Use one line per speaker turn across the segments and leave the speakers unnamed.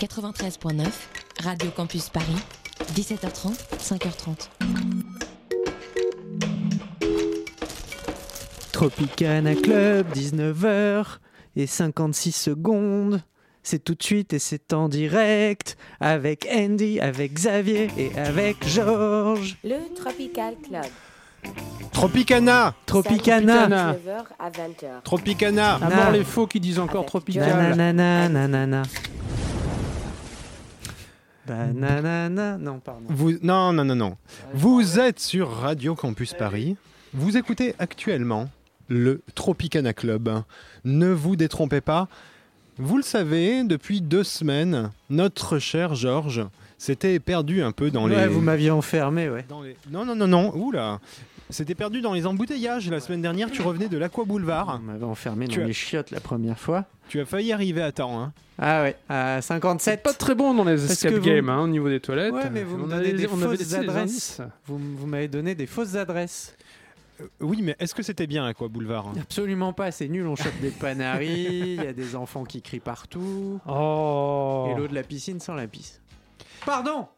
93.9, Radio Campus Paris, 17h30, 5h30.
Tropicana Club, 19h et 56 secondes. C'est tout de suite et c'est en direct avec Andy, avec Xavier et avec Georges.
Le Tropical Club.
Tropicana
Tropicana.
Samedi de 19h à 20h.
Tropicana
Na.
À mort les faux qui disent encore
Avec
tropical.
Nanana, nanana. Bah, Bananana. Non, pardon.
Vous non non non non. Vous êtes sur Radio Campus Paris. Vous écoutez actuellement le Tropicana Club. Ne vous détrompez pas. Vous le savez, depuis deux semaines, notre cher Georges s'était perdu un peu dans
Ouais,
les.
vous m'aviez enfermé, ouais.
dans les- Non non non non. Oula. C'était perdu dans les embouteillages la semaine dernière. Tu revenais de l'Aqua
On
Boulevard.
m'avait enfermé
Ah. Tu
dans
as-
les chiottes la première fois.
Tu as failli arriver à temps. hein.
Ah ouais, à
C'est
57.
pas très bon dans les
Parce que
escape
vous-
games hein, au niveau des toilettes.
Ouais, mais vous me
On
donnez
avait-
des
on avait
fausses
laissé les
adresses.
indices.
Vous, m- vous m'avez donné des fausses adresses.
Euh, Oui, mais est-ce que c'était bien l'Aqua Boulevard hein
Absolument pas, c'est nul. On chope des panaris, il y a des enfants qui crient partout.
Oh.
Et l'eau de la piscine sans la pisse. Pardon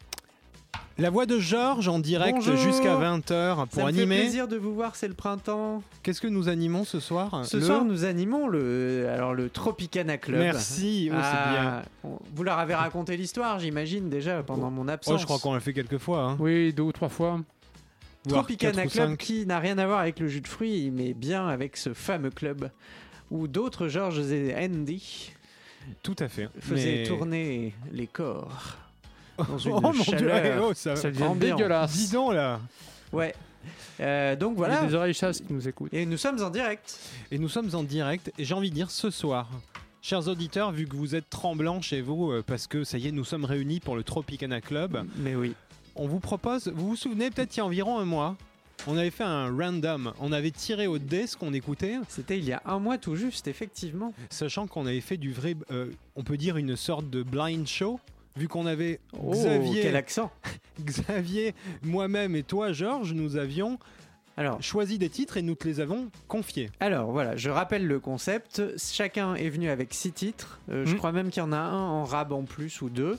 La voix de Georges en direct
Bonjour.
jusqu'à 20h pour
Ça me fait
animer.
plaisir de vous voir, c'est le printemps.
Qu'est-ce que nous animons ce soir
Ce
Le-
soir, nous animons le, alors, le Tropicana Club.
Merci, oh, c'est
Ah,
bien.
on- Vous leur avez raconté l'histoire, j'imagine, déjà pendant mon absence.
Oh, je crois qu'on l'a fait quelques fois. hein.
Oui, deux ou trois fois.
Voire
Tropicana
quatre ou
Club
cinq.
qui n'a rien à voir avec le jus de fruits, mais bien avec ce fameux club où d'autres Georges et Andy
Tout à fait.
faisaient
Mais-
tourner les corps dans une
oh mon
chaleur.
dieu, eh, oh, ça...
Ça
devient
devient
ambiant.
Dis
dégueulasse.
donc là
Euh, Ouais. Euh, donc
Il y a
voilà.
des oreilles chasses qui nous écoutent.
Et nous sommes en direct.
Et nous sommes en direct, et j'ai envie de dire ce soir. Chers auditeurs, vu que vous êtes tremblants chez vous, euh, parce que ça y est, nous sommes réunis pour le Tropicana Club,
Mais oui.
on vous propose, vous vous souvenez peut-être il y a environ un mois, on avait fait un random, on avait tiré au dé ce qu'on écoutait,
C'était il y a un mois tout juste, effectivement.
sachant qu'on avait fait du vrai, euh, on peut dire une sorte de blind show, vu qu'on avait
Oh,
Xavier,
quel accent.
Xavier, moi-même et toi, Georges, nous avions
Alors,
choisi des titres et nous te les avons confiés.
alors voilà, je rappelle le concept. Chacun est venu avec six titres. Euh, Je
Mhm.
crois même qu'il y en a un en rab en plus ou deux.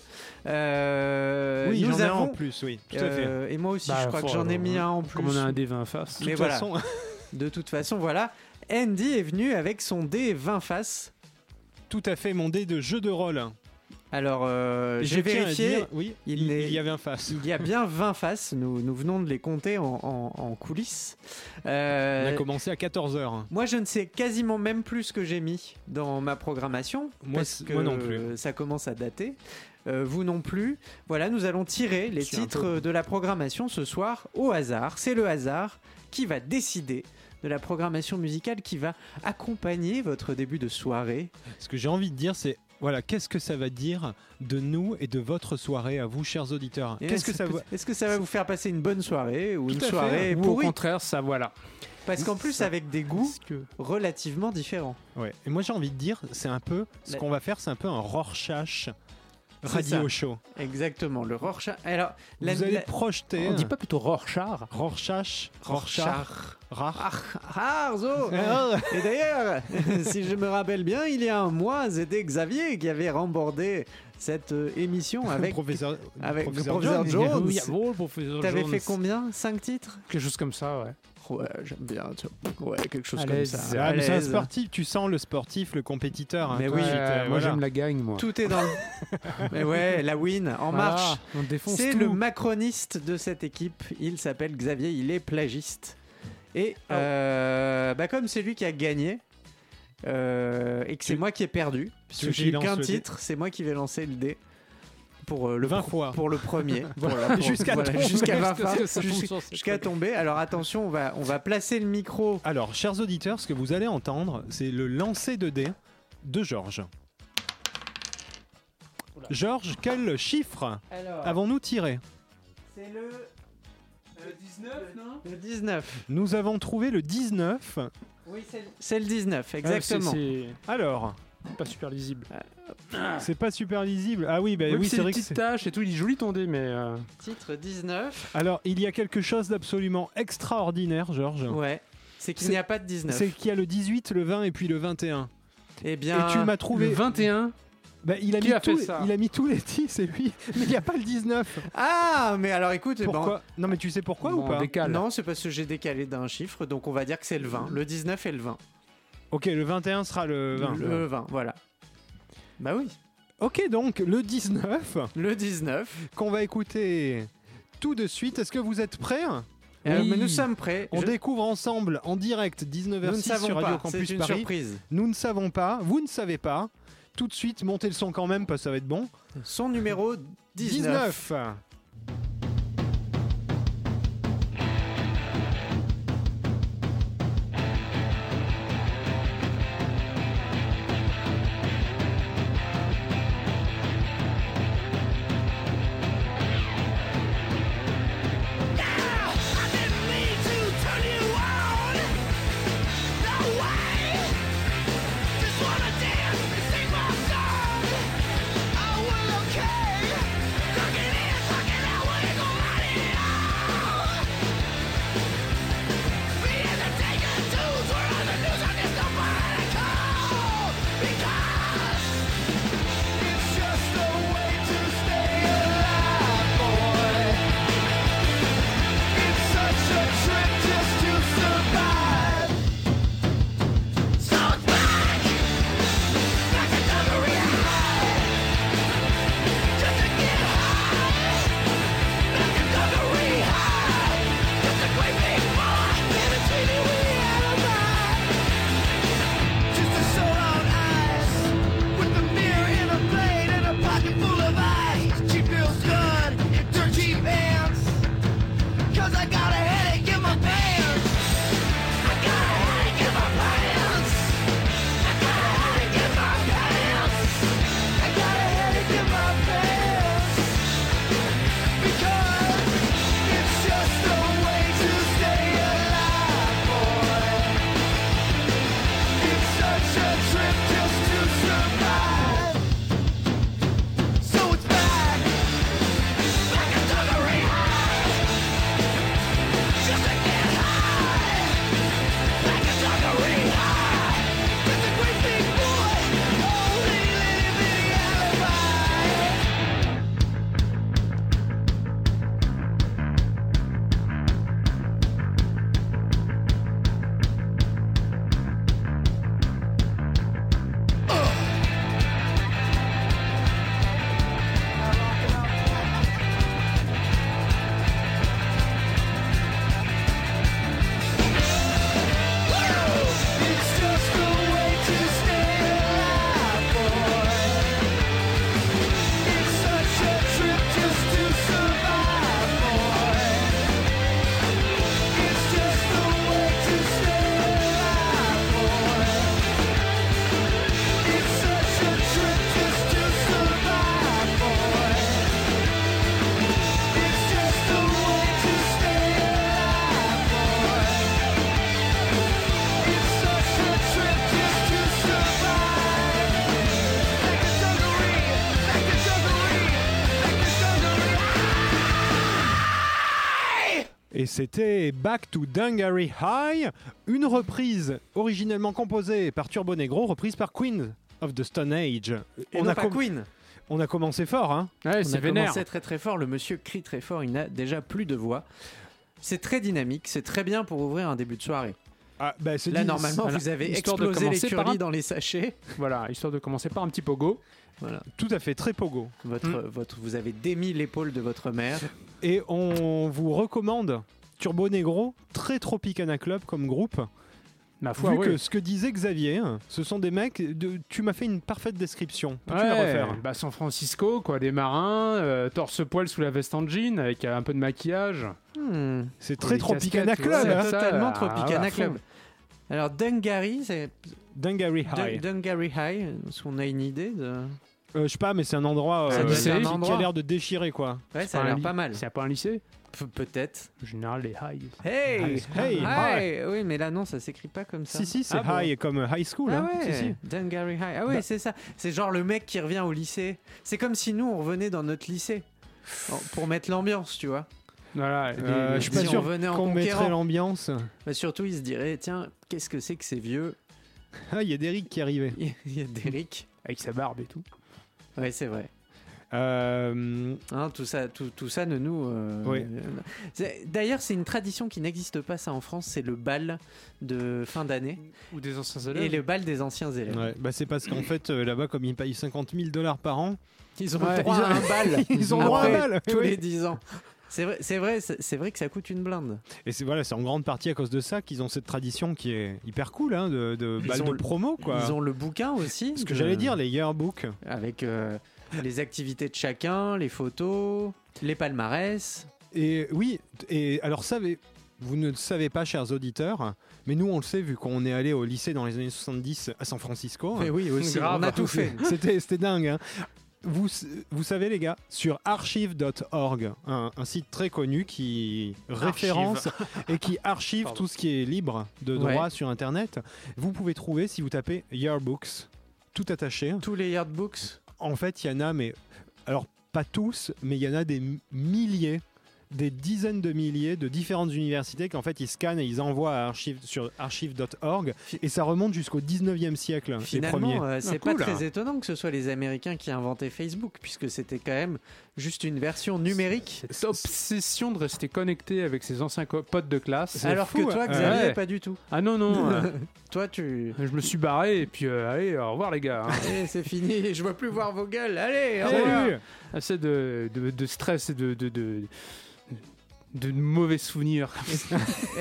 Euh,
oui,
nous
j'en ai un
avons
en plus, oui, tout à fait.
Euh, et moi aussi,
Bah,
je crois que
faut-
j'en ai mis un en plus.
Comme on a un dévin face.
mais
De toute
voilà.
façon,
De toute façon, voilà. Andy est venu avec son dé 20 faces.
tout à fait mon dé de jeu de rôle.
Alors, euh,
Et
j'ai
je tiens à
vérifié.
dire, oui,
il
il,
n'est-
il y avait un face.
Il y a bien 20 faces. Nous, nous venons de les compter en, en- en coulisses.
On
Euh,
a commencé à hein. 14h.
moi, je ne sais quasiment même plus ce que j'ai mis dans ma programmation.
Moi,
parce
c-
que
moi non plus.
euh, ça commence à dater. Euh, vous non plus. Voilà, nous allons tirer les
Je suis un
titres
peu-
de la programmation ce soir au hasard. C'est le hasard qui va décider de la programmation musicale qui va accompagner votre début de soirée.
Ce que j'ai envie de dire, c'est voilà, qu'est-ce que ça va dire de nous et de votre soirée à vous, chers auditeurs
Et
Qu'est-ce que ça
peut-
va
Est-ce que ça va vous faire passer une bonne soirée ou
Tout
une
à fait.
soirée
Ou au
pourrie
contraire, ça voilà.
Parce qu'en plus,
Ça-
avec des goûts
Parce que-
relativement différents.
ouais. Et moi, j'ai envie de dire, c'est un peu ce
Mais-
qu'on va faire, c'est un peu un Rorschach
C'est
radio
ça.
show.
Exactement, le Rorschach. Alors, la-
Vous allez
la-
projeter
euh,
On dit pas plutôt Rorschach
Rorschach, Rorschach,
Rorschach.
Rach.
Ah, Arzo
Ah.
Et d'ailleurs, si je me rappelle bien, il y a un mois, c'était Xavier qui avait rembordé cette euh, émission avec.
professeur,
avec le professeur Jones.
Oui, bon, oh, le professeur
T'avais
Jones.
fait combien Cinq titres
Quelque chose comme ça, ouais.
Ouais, j'aime bien. tu vois. Ouais, quelque chose
À
comme
l'aise.
ça.
Ah,
À
mais c'est un
l'aise.
sportif, tu sens le sportif, le compétiteur. hein,
Mais
tout
oui,
de suite, euh,
moi
voilà.
j'aime la gagne, moi.
Tout est dans le. Mais ouais, la win en
Voilà,
marche.
On défonce
C'est
tout.
le macroniste de cette équipe. Il s'appelle Xavier. Il est plagiste. Et euh, bah, comme c'est lui qui a gagné. euh, et que c'est
Tu-
moi qui ai perdu, puisque
veux
j'ai
qu'il
eu
lance
qu'un
le dé
titre, c'est moi qui vais lancer le dé pour euh, le
20
pro-
fois.
pour le premier, Voilà, pour-
Jusqu'à
voilà,
tomber.
jusqu'à 20
Parce que ça tombe
jusqu'-
sur ce
jusqu'à
truc.
tomber. Alors attention, on va on va placer le micro.
Alors, chers auditeurs, ce que vous allez entendre, c'est le lancer de dés de Georges. Georges, quel chiffre
Ah.
avons-nous tiré
C'est le. 19, non Le 19.
Nous avons trouvé le 19.
Oui, c'est le... 19, exactement. Bah
Ah, c'est-
Alors,
C'est pas super lisible.
c'est pas super lisible. Ah oui, bah,
oui,
oui,
c'est
c'est
des
vrai que
petites
c'est...
taches et tout. Il est joli ton dé, mais. euh,
Titre 19.
Alors, il y a quelque chose d'absolument extraordinaire, Georges.
Ouais. C'est qu'il
C'est-
n'y a pas de 19.
C'est qu'il y a le 18, le 20 et puis le 21.
Eh bien,
Et tu m'as
Le
trouvé...
21,
Bah, il, a
Qui
mis
a fait
tous les-
ça
il a mis tous les 10 et lui, mais il n'y a pas le 19.
Ah, mais alors écoute, eh ben,
Pourquoi Non, mais tu sais pourquoi ou
Bon,
pas
décale.
non, c'est parce que j'ai décalé d'un chiffre, donc on va dire que c'est le 20. Le 19 et le 20.
Ok, le 21 sera le 20.
Le 20, voilà. Bah oui.
Ok, donc le 19
Le 19.
qu'on va écouter tout de suite. Est-ce que vous êtes prêts
Euh,
Oui.
mais nous sommes prêts.
On
Je-
découvre ensemble en direct
Nous ne
19h06 sur
savons
Radio
pas. C'est
Campus
une
Paris.
surprise.
Nous ne savons pas, vous ne savez pas. Tout de suite, montez le son quand même parce que ça va être bon.
Son numéro 19.
19.
Cause I got a headache in my pants. I got a headache in my pants. I got a headache in my pants. I got a headache in my pants. Because it's just a way to stay alive, boy. It's such a trip just to survive. So it's back, back into the rehab. Just to get high, back into the rehab. It's a great big boy, only little bitty alibi. It's just a way to stay alive, boy. It's such a trip just to survive, boy. It's just a way to stay alive, boy. It's such a trip just to survive, boy. It's just a way to stay alive, boy. It's such a trip just to survive. Like a dungaree, like a dungaree, like a dungaree.
Et c'était Back to Dungary High, une reprise originellement composée par Turbo Negro, reprise par Queen of the Stone Age.
Et
on,
non
a
pas
com- Eh,
Queen.
on a commencé fort, hein
Ouais,
On
c'est
a
vénère.
commencé très très fort. Le monsieur crie très fort. Il n'a déjà plus de voix. C'est très dynamique. C'est très bien pour ouvrir un début de soirée.
Ah, bah, c'est
Là,
dit,
normalement,
voilà.
vous avez
Histoire de
explosé les
commencer par
curlis
un-
dans les sachets.
Voilà, histoire de commencer par un petit pogo.
Tout à fait, très pogo.
Votre,
Hmm.
votre, vous avez démis l'épaule de votre mère.
Et on vous recommande Turbo Negro, très Tropicana Club comme groupe.
Ma foi,
Vu
ouais.
que ce que disait Xavier, ce sont des mecs. de- tu m'as fait une parfaite description. Peux-tu la
Ouais,
refaire
bah San Francisco, quoi, des marins, euh, torse-poil sous la veste en jean, avec euh, un peu de maquillage.
Hmm.
C'est très
les
Tropicana
casquettes,
Club.
ouais.
hein.
C'est
ça,
totalement
ah,
Tropicana
à fond.
Club. Alors, Dungary, c'est
Dungary High.
Dun- Dungary High. Est-ce qu'on a une idée de.
Euh, je sais pas, mais c'est un endroit
Ça
euh,
dit, c'est un
qui- qui a
endroit.
l'air de déchirer quoi.
Ouais, ça
Pas
a
un
l'air
ly-
pas mal.
C'est pas un lycée
Pe- Peut-être.
En général, les highs.
Hey!
Hey,
Ah
high.
Hey, Oui, mais là, non, ça s'écrit pas comme ça.
Si si, c'est
Ah bon.
high comme high school.
Ah
hein.
ouais,
Si, si.
Dungary High. Ah ouais,
Bah-
c'est ça. C'est genre le mec qui revient au lycée. C'est comme si nous, on revenait dans notre lycée. En- Pour mettre l'ambiance, tu vois.
Voilà,
Euh,
les-
je suis pas
si on
sûr
venait en
qu'on mettrait
conquérant.
l'ambiance.
Mais surtout, il se dirait, tiens, qu'est-ce que c'est que ces vieux
Ah, il y a Derrick qui est arrivé.
Il y a Derrick.
avec sa barbe et tout.
Oui, c'est vrai.
Euh,
Hein, tout, ça, tout, tout ça ne nous. euh,
Oui.
euh, c'est- D'ailleurs, c'est une tradition qui n'existe pas, ça en France, c'est le bal de fin d'année
Ou des anciens
et
élèves.
le bal des anciens élèves.
ouais, bah c'est parce qu'en fait, euh, là-bas, comme ils payent 50 000 dollars par an,
Ils ont
Ouais.
le droit à un bal.
ils ont
Après,
droit à mal.
Tous
Oui.
les 10 ans. C'est vrai, c'est vrai, c'est c'est vrai que ça coûte une blinde.
Et c'est voilà, c'est en grande partie à cause de ça qu'ils ont cette tradition qui est hyper cool hein, de, de
Ils
balle
ont
de
le-
promo quoi.
Ils ont le bouquin aussi.
Ce que
de-
j'allais dire, les yearbooks.
Avec euh, les activités de chacun, les photos, les palmarès.
Et oui, et alors savez, vous ne le savez pas, chers auditeurs, mais nous on le sait vu qu'on est allé au lycée dans les années 70 à San Francisco. hein.
Mais oui, aussi,
Grave.
on a tout fait.
C'était c'était dingue. hein. Vous, vous savez les gars, sur archive.org, un, un site très connu qui référence et qui archive
Pardon.
tout ce qui est libre de
Ouais.
droit sur Internet, vous pouvez trouver si vous tapez yearbooks, tout attaché.
Tous les yearbooks.
En fait, il y en a, mais alors pas tous, mais il y en a des m- milliers, des dizaines de milliers de différentes universités qu'en fait ils scannent et ils envoient à archive, sur archive.org et ça remonte jusqu'au 19e siècle, Hein, les premiers.
Finalement, euh, c'est
Ah,
pas
cool.
très étonnant que ce soit les Américains qui inventaient Facebook, puisque c'était quand même juste une version numérique.
Cette obsession de rester connecté avec ses anciens co- potes de classe.
Alors
fou,
que toi,
hein.
Xavier,
Ouais.
pas du tout.
Ah non, non. euh,
Toi, tu.
je me suis barré et puis euh, allez, au revoir les gars. hein.
Eh, c'est fini, je veux plus voir vos gueules. Allez, au
Salut.
revoir.
Assez de, de, de stress et de, de, de, de mauvais souvenirs.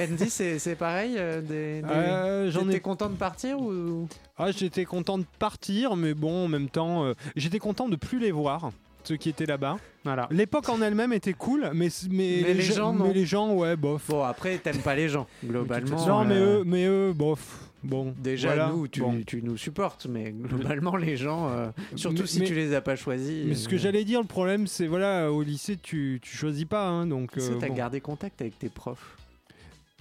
Andy, c'est c'est pareil euh, des, des-
Euh, J'en
T'étais
ai.
content de partir ou
Ah, j'étais content de partir, mais bon, en même temps, euh, j'étais content de plus les voir, ceux qui étaient là-bas.
Voilà.
L'époque en elle-même était cool, mais mais,
Mais les
ge-
gens, non.
mais les gens, ouais, bof.
Bon, après, t'aimes pas les gens, globalement.
Non, mais
euh,
eux, mais eux, bof. Bon.
Déjà,
voilà.
nous, tu,
Bon.
tu nous supportes, mais globalement, les gens, euh, surtout
Mais-
si
mais-
tu les as pas choisis.
Mais ce que
euh,
j'allais dire, le problème, c'est voilà, au lycée, tu, tu choisis pas, hein, donc.
Est-ce que
euh,
t'as
bon.
gardé contact avec tes profs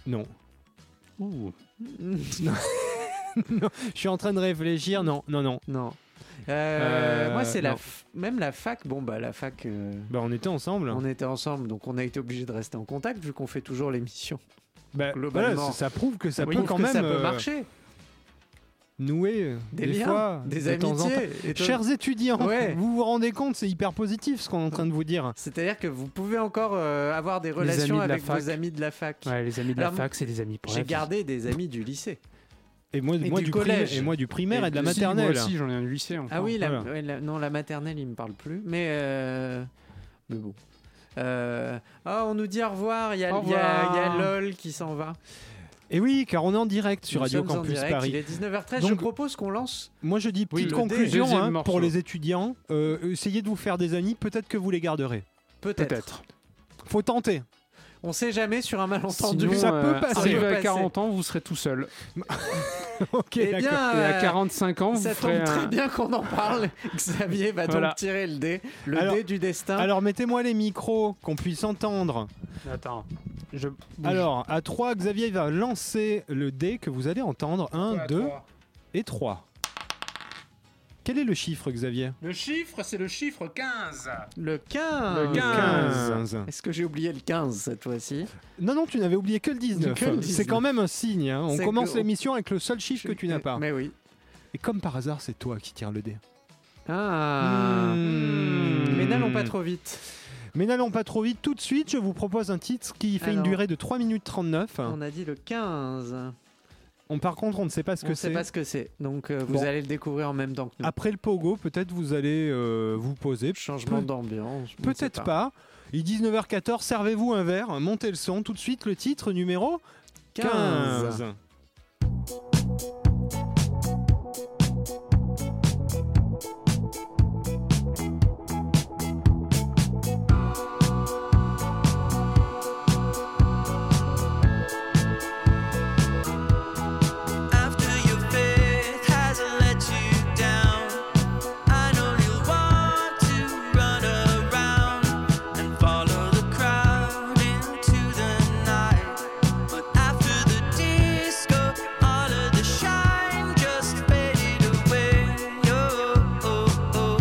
Non. Je suis en train de réfléchir. Non, non, non.
Non. Euh,
Euh,
moi, c'est la
non.
f- même la fac. Bon, bah, la fac, euh,
Bah, on était ensemble.
on était ensemble, donc on a été obligé de rester en contact vu qu'on fait toujours l'émission.
Bah,
globalement.
voilà, ça, ça prouve que ça
Oui,
peut quand
que
même
ça peut
euh,
marcher.
nouer euh,
Des,
des,
liens,
fois,
des
de temps en temps.
amitiés. et tout.
Chers étudiants,
Ouais.
vous vous rendez compte, c'est hyper positif ce qu'on est en train de vous dire.
C'est-à-dire que vous pouvez encore euh, avoir des
amis
relations
de la
avec
fac.
vos amis de la fac.
Ouais, les amis de
Alors,
la fac, c'est des amis. pour la
J'ai
vie.
gardé des amis du lycée.
Et moi,
Et
moi
du
du, primaire-
collège.
et moi du primaire et, de la
Si,
maternelle.
moi aussi, j'en ai un du lycée. encore.
Ah oui, la,
voilà.
ouais, la- non, la maternelle, il me parle plus. Mais, euh, mais bon. Euh, ah, on nous dit au revoir. Il y, a-
Au
il y a- il y a
revoir.
LOL qui s'en va.
Et oui, car on est en direct sur
Nous
Radio
sommes en
Campus
direct, Il
Paris.
est 19h13. je
Donc-
propose qu'on lance.
Moi, je dis
Oui,
petite
le
conclusion
deuxième
hein,
morceau.
pour les étudiants. euh, essayez de vous faire des amis, peut-être que vous les garderez.
Peut-être.
Peut-être.
Faut tenter.
On sait jamais sur un malentendu.
Sinon,
ça peut
euh,
passer.
arrivé
Ça peut
à
passer.
40 ans, vous serez tout seul.
ok,
Eh bien,
d'accord.
et
euh,
à 45 ans,
ça
vous
tombe
ferez
très
un-
bien qu'on en parle. Xavier va
Voilà.
donc tirer le dé, le
Alors-
dé du destin.
hein. Alors, mettez-moi les micros qu'on puisse entendre.
Attends. Je... bouge.
Alors, à 3, Xavier va lancer le dé que vous allez entendre. 1, 2 et 3. Quel est le chiffre, Xavier
Le chiffre, c'est le chiffre 15.
le 15.
Le 15.
Est-ce que j'ai oublié le 15 cette fois-ci
Non, non, tu n'avais oublié que le 19.
Que le 19.
C'est quand même un signe. hein. On
C'est
commence
que-
l'émission avec le seul chiffre que tu n'as pas.
Mais oui.
Et comme par hasard, c'est toi qui tire le dé.
Ah.
Mmh.
Mais n'allons pas trop vite.
Mais n'allons pas trop vite. Tout de suite, je vous propose un titre qui fait une
Alors.
durée de 3 minutes 39.
On a dit le 15.
On, par contre, on ne sait pas ce
On
que
ne sait
c'est.
pas ce que c'est. Donc euh, vous
Bon. Ah,
allez le découvrir en même temps que nous.
Après le pogo, peut-être vous allez euh, vous poser.
Changement d'ambiance. on ne sait
Peut-être pas. Il est 19h14, servez-vous un verre, montez le son. Tout de suite, le titre numéro
15.
15.
After your faith has let you down, I know you want to run around and follow the crowd into the night. But after the disco Oh,
Oh,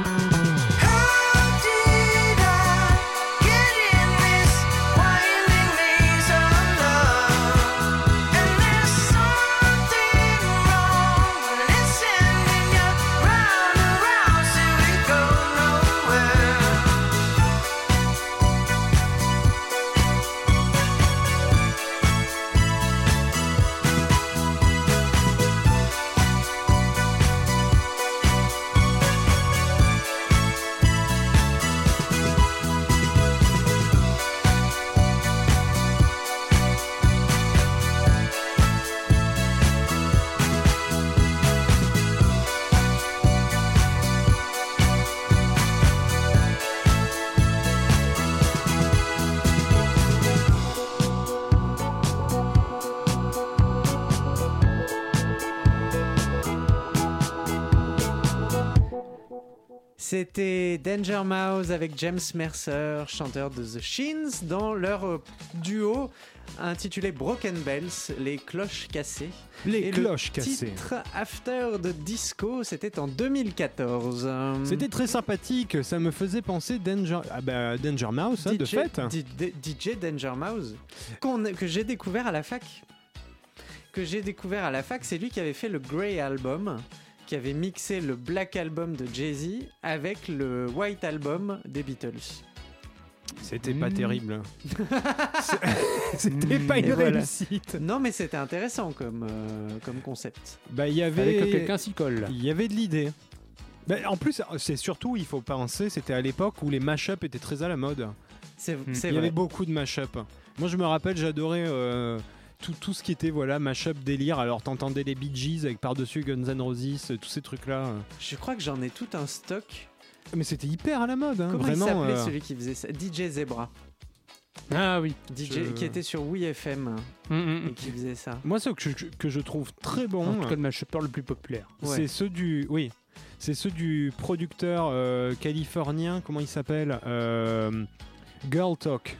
Oh,
C'était Danger Mouse avec James Mercer, chanteur de The Shins, dans leur euh, duo intitulé Broken Bells, les cloches cassées.
Les
Et
cloches
le
cassées.
Titre After the Disco, c'était en 2014. Euh,
C'était très sympathique, ça me faisait penser Danger, ah bah, Danger Mouse, hein, de
DJ
fait.
D- D- DJ Danger Mouse, qu'on a- que j'ai découvert à la fac. Que j'ai découvert à la fac, c'est lui qui avait fait le Grey Album, qui avait mixé le Black Album de Jay-Z avec le White Album des Beatles.
C'était pas
Mm.
terrible. C'est- C'était pas une
Hmm. Et voilà.
réussite.
Non, mais c'était intéressant comme, euh, comme concept.
Bah, il y
Avec
avait.
que quelqu'un s'y colle.
Il y avait de l'idée. Mais en plus, c'est surtout, il faut penser, c'était à l'époque où les mashups étaient très à la mode.
C'est c'est
Hmm. Il y
vrai.
avait beaucoup de mashups. Moi, je me rappelle, j'adorais euh, tout, tout ce qui était voilà mashup délire. Alors, t'entendais les Bee Gees avec par-dessus Guns N' Roses, euh, tous ces trucs-là. euh.
Je crois que j'en ai tout un stock.
Mais c'était hyper à la mode, hein,
Comment
Ah, vraiment.
il s'appelait
euh,
celui qui faisait ça DJ Zebra.
Ah oui.
DJ
Je-
qui était sur WeFM
Mm, mm.
hein, et qui faisait ça.
Moi, ce que je, que je trouve très
En
bon,
tout cas, le mashupper le plus populaire.
Ouais.
c'est ceux du, oui, c'est ceux du producteur euh, californien. Comment il s'appelle Euh, Girl Talk.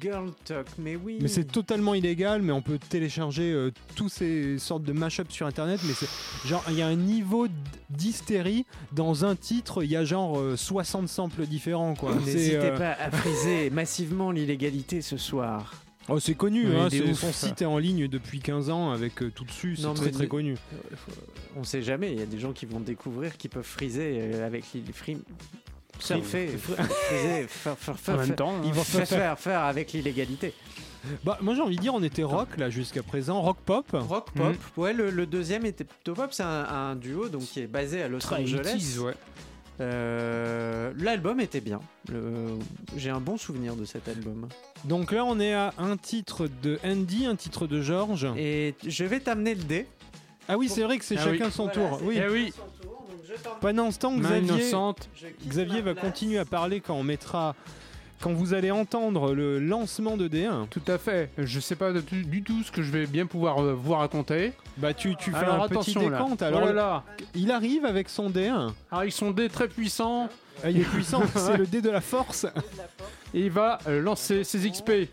Girl Talk, mais oui.
Mais c'est totalement illégal, mais on peut télécharger euh, tous ces sortes de mashups sur internet. Mais c'est genre, il y a un niveau d- d'hystérie dans un titre, il y a genre euh, 60 samples différents, quoi.
N'hésitez
euh,
pas à friser massivement l'illégalité ce soir.
oh, c'est connu,
Oui,
hein,
des
c'est-
ouf,
son
ça.
site est en ligne depuis 15 ans avec euh, tout dessus, c'est
Non,
très
mais-
très connu.
On sait jamais, il y a des gens qui vont découvrir qu'ils peuvent friser euh, avec les fri... surfer, fr- friser, faire, faire,
En
faire,
même temps, hein.
Ils vont
faire,
faire-
faire, faire avec l'illégalité.
Bah, moi j'ai envie de dire, on était rock là jusqu'à présent, rock pop.
Rock
Hmm.
pop, ouais, le, le deuxième était plutôt pop, c'est un, un duo donc qui est basé à Los
Très
Angeles.
80s, ouais.
Euh, L'album était bien, Le- j'ai un bon souvenir de cet album.
Donc là, on est à un titre de Andy, un titre de George.
Hmm.
Et je vais t'amener le dé.
Ah oui, c'est vrai que c'est
Ah oui.
chacun son tour. Oui.
Eh oui.
Pendant ce temps, Xavier.
Main innocente.
Xavier va continuer à parler quand on mettra. Quand vous allez entendre le lancement de D1,
Tout à fait. Je sais pas du, du tout ce que je vais bien pouvoir euh, vous raconter.
bah tu, tu fais
alors
un petit
attention là.
décompte. Alors
oh là là.
il arrive avec son D1.
Alors, ils sont des très puissants.
Ah, il est puissant, c'est le dé de la force.
Et il va euh, lancer ses XP.
Le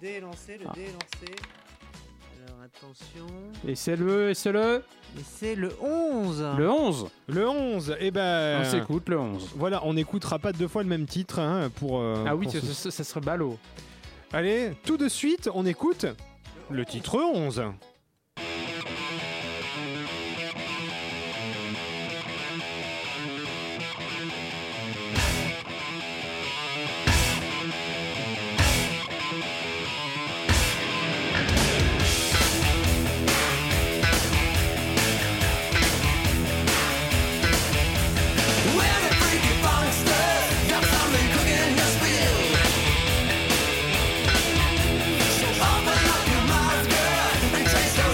dé est lancé, le dé est lancé. Alors attention.
Et c'est le, et c'est le,
Et c'est le
Hein.
11
le 11.
Le 11, et ben.
On s'écoute le 11.
Voilà, on n'écoutera pas deux fois le même titre hein, pour. euh,
Ah oui,
pour
ça,
ce-
ça- ça serait ballot.
Allez, tout de suite, on écoute le titre 11.
Open up your mouth, girl, and taste
Uh-uh.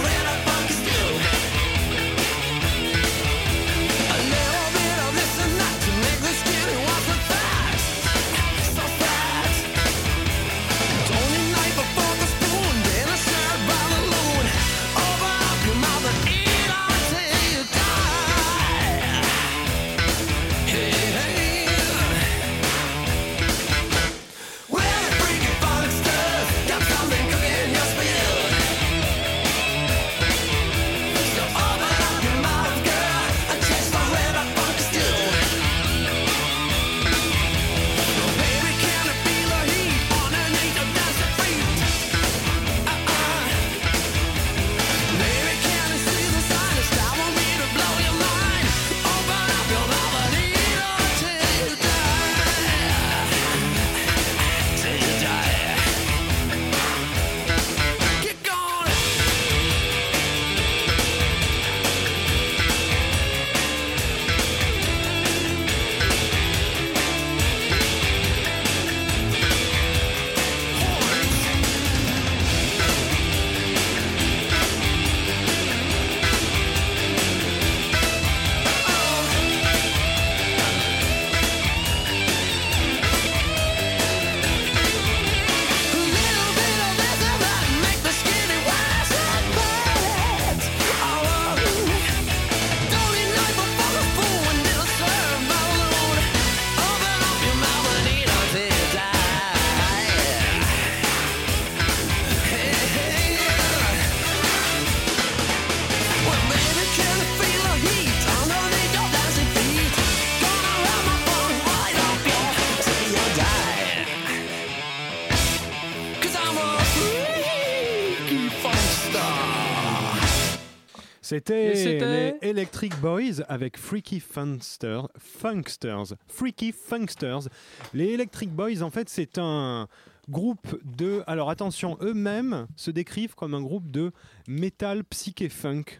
C'était
Et c'était
les Electric Boys avec Freaky Funkster, Funksters. Freaky Funksters. Les Electric Boys, en fait, c'est un groupe de. Alors attention, eux-mêmes se décrivent comme un groupe de metal psyché funk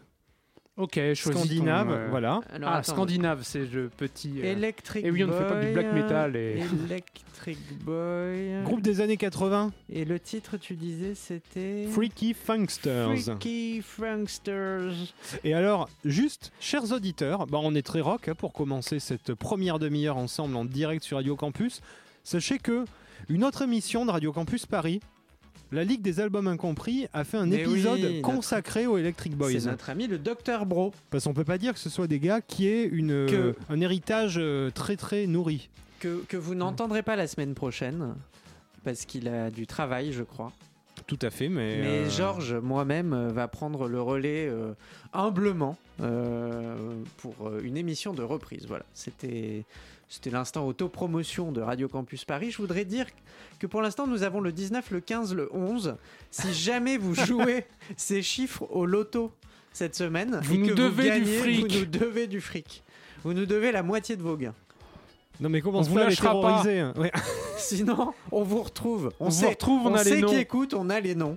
Ok, je choisis.
scandinave.
ton, euh,
Voilà.
Alors,
Ah,
attends.
scandinave, c'est le petit. euh,
Electric
eh oui, on ne fait pas du
Boy,
black metal et-
Electric Boy.
Groupe des années 80,
Et le titre, tu disais, c'était.
Freaky Funksters.
Freaky Franksters.
Et alors, juste, chers auditeurs, bah on est très rock hein, pour commencer cette première demi-heure ensemble en direct sur Radio Campus. Sachez que une autre émission de Radio Campus Paris, la Ligue des albums incompris, a fait un
Mais
épisode
oui, notre-
consacré aux Electric Boys.
C'est notre ami le Docteur Bro.
Parce qu'on peut pas dire que ce soit des gars qui aient une,
Que-
un héritage euh, très très nourri.
que, que vous n'entendrez pas la semaine prochaine parce qu'il a du travail, je crois.
Tout à fait, mais.
Mais
euh,
Georges, moi-même, euh, va prendre le relais euh, humblement euh, pour euh, une émission de reprise. Voilà, c'était c'était l'instant autopromotion de Radio Campus Paris. Je voudrais dire que pour l'instant, nous avons le 19, le 15, le 11. Si jamais vous jouez ces chiffres au loto cette semaine,
Vous
et
nous
que
devez du
gagnez,
fric.
vous nous devez du fric. Vous nous devez la moitié de vos gains.
Non, mais comment
On
se
vous
fait à les
lâchera pas.
terroriser, hein Ouais.
Sinon, on vous retrouve. On,
On vous
sait,
retrouve, on a les
sait
noms.
qui écoute, on a les noms.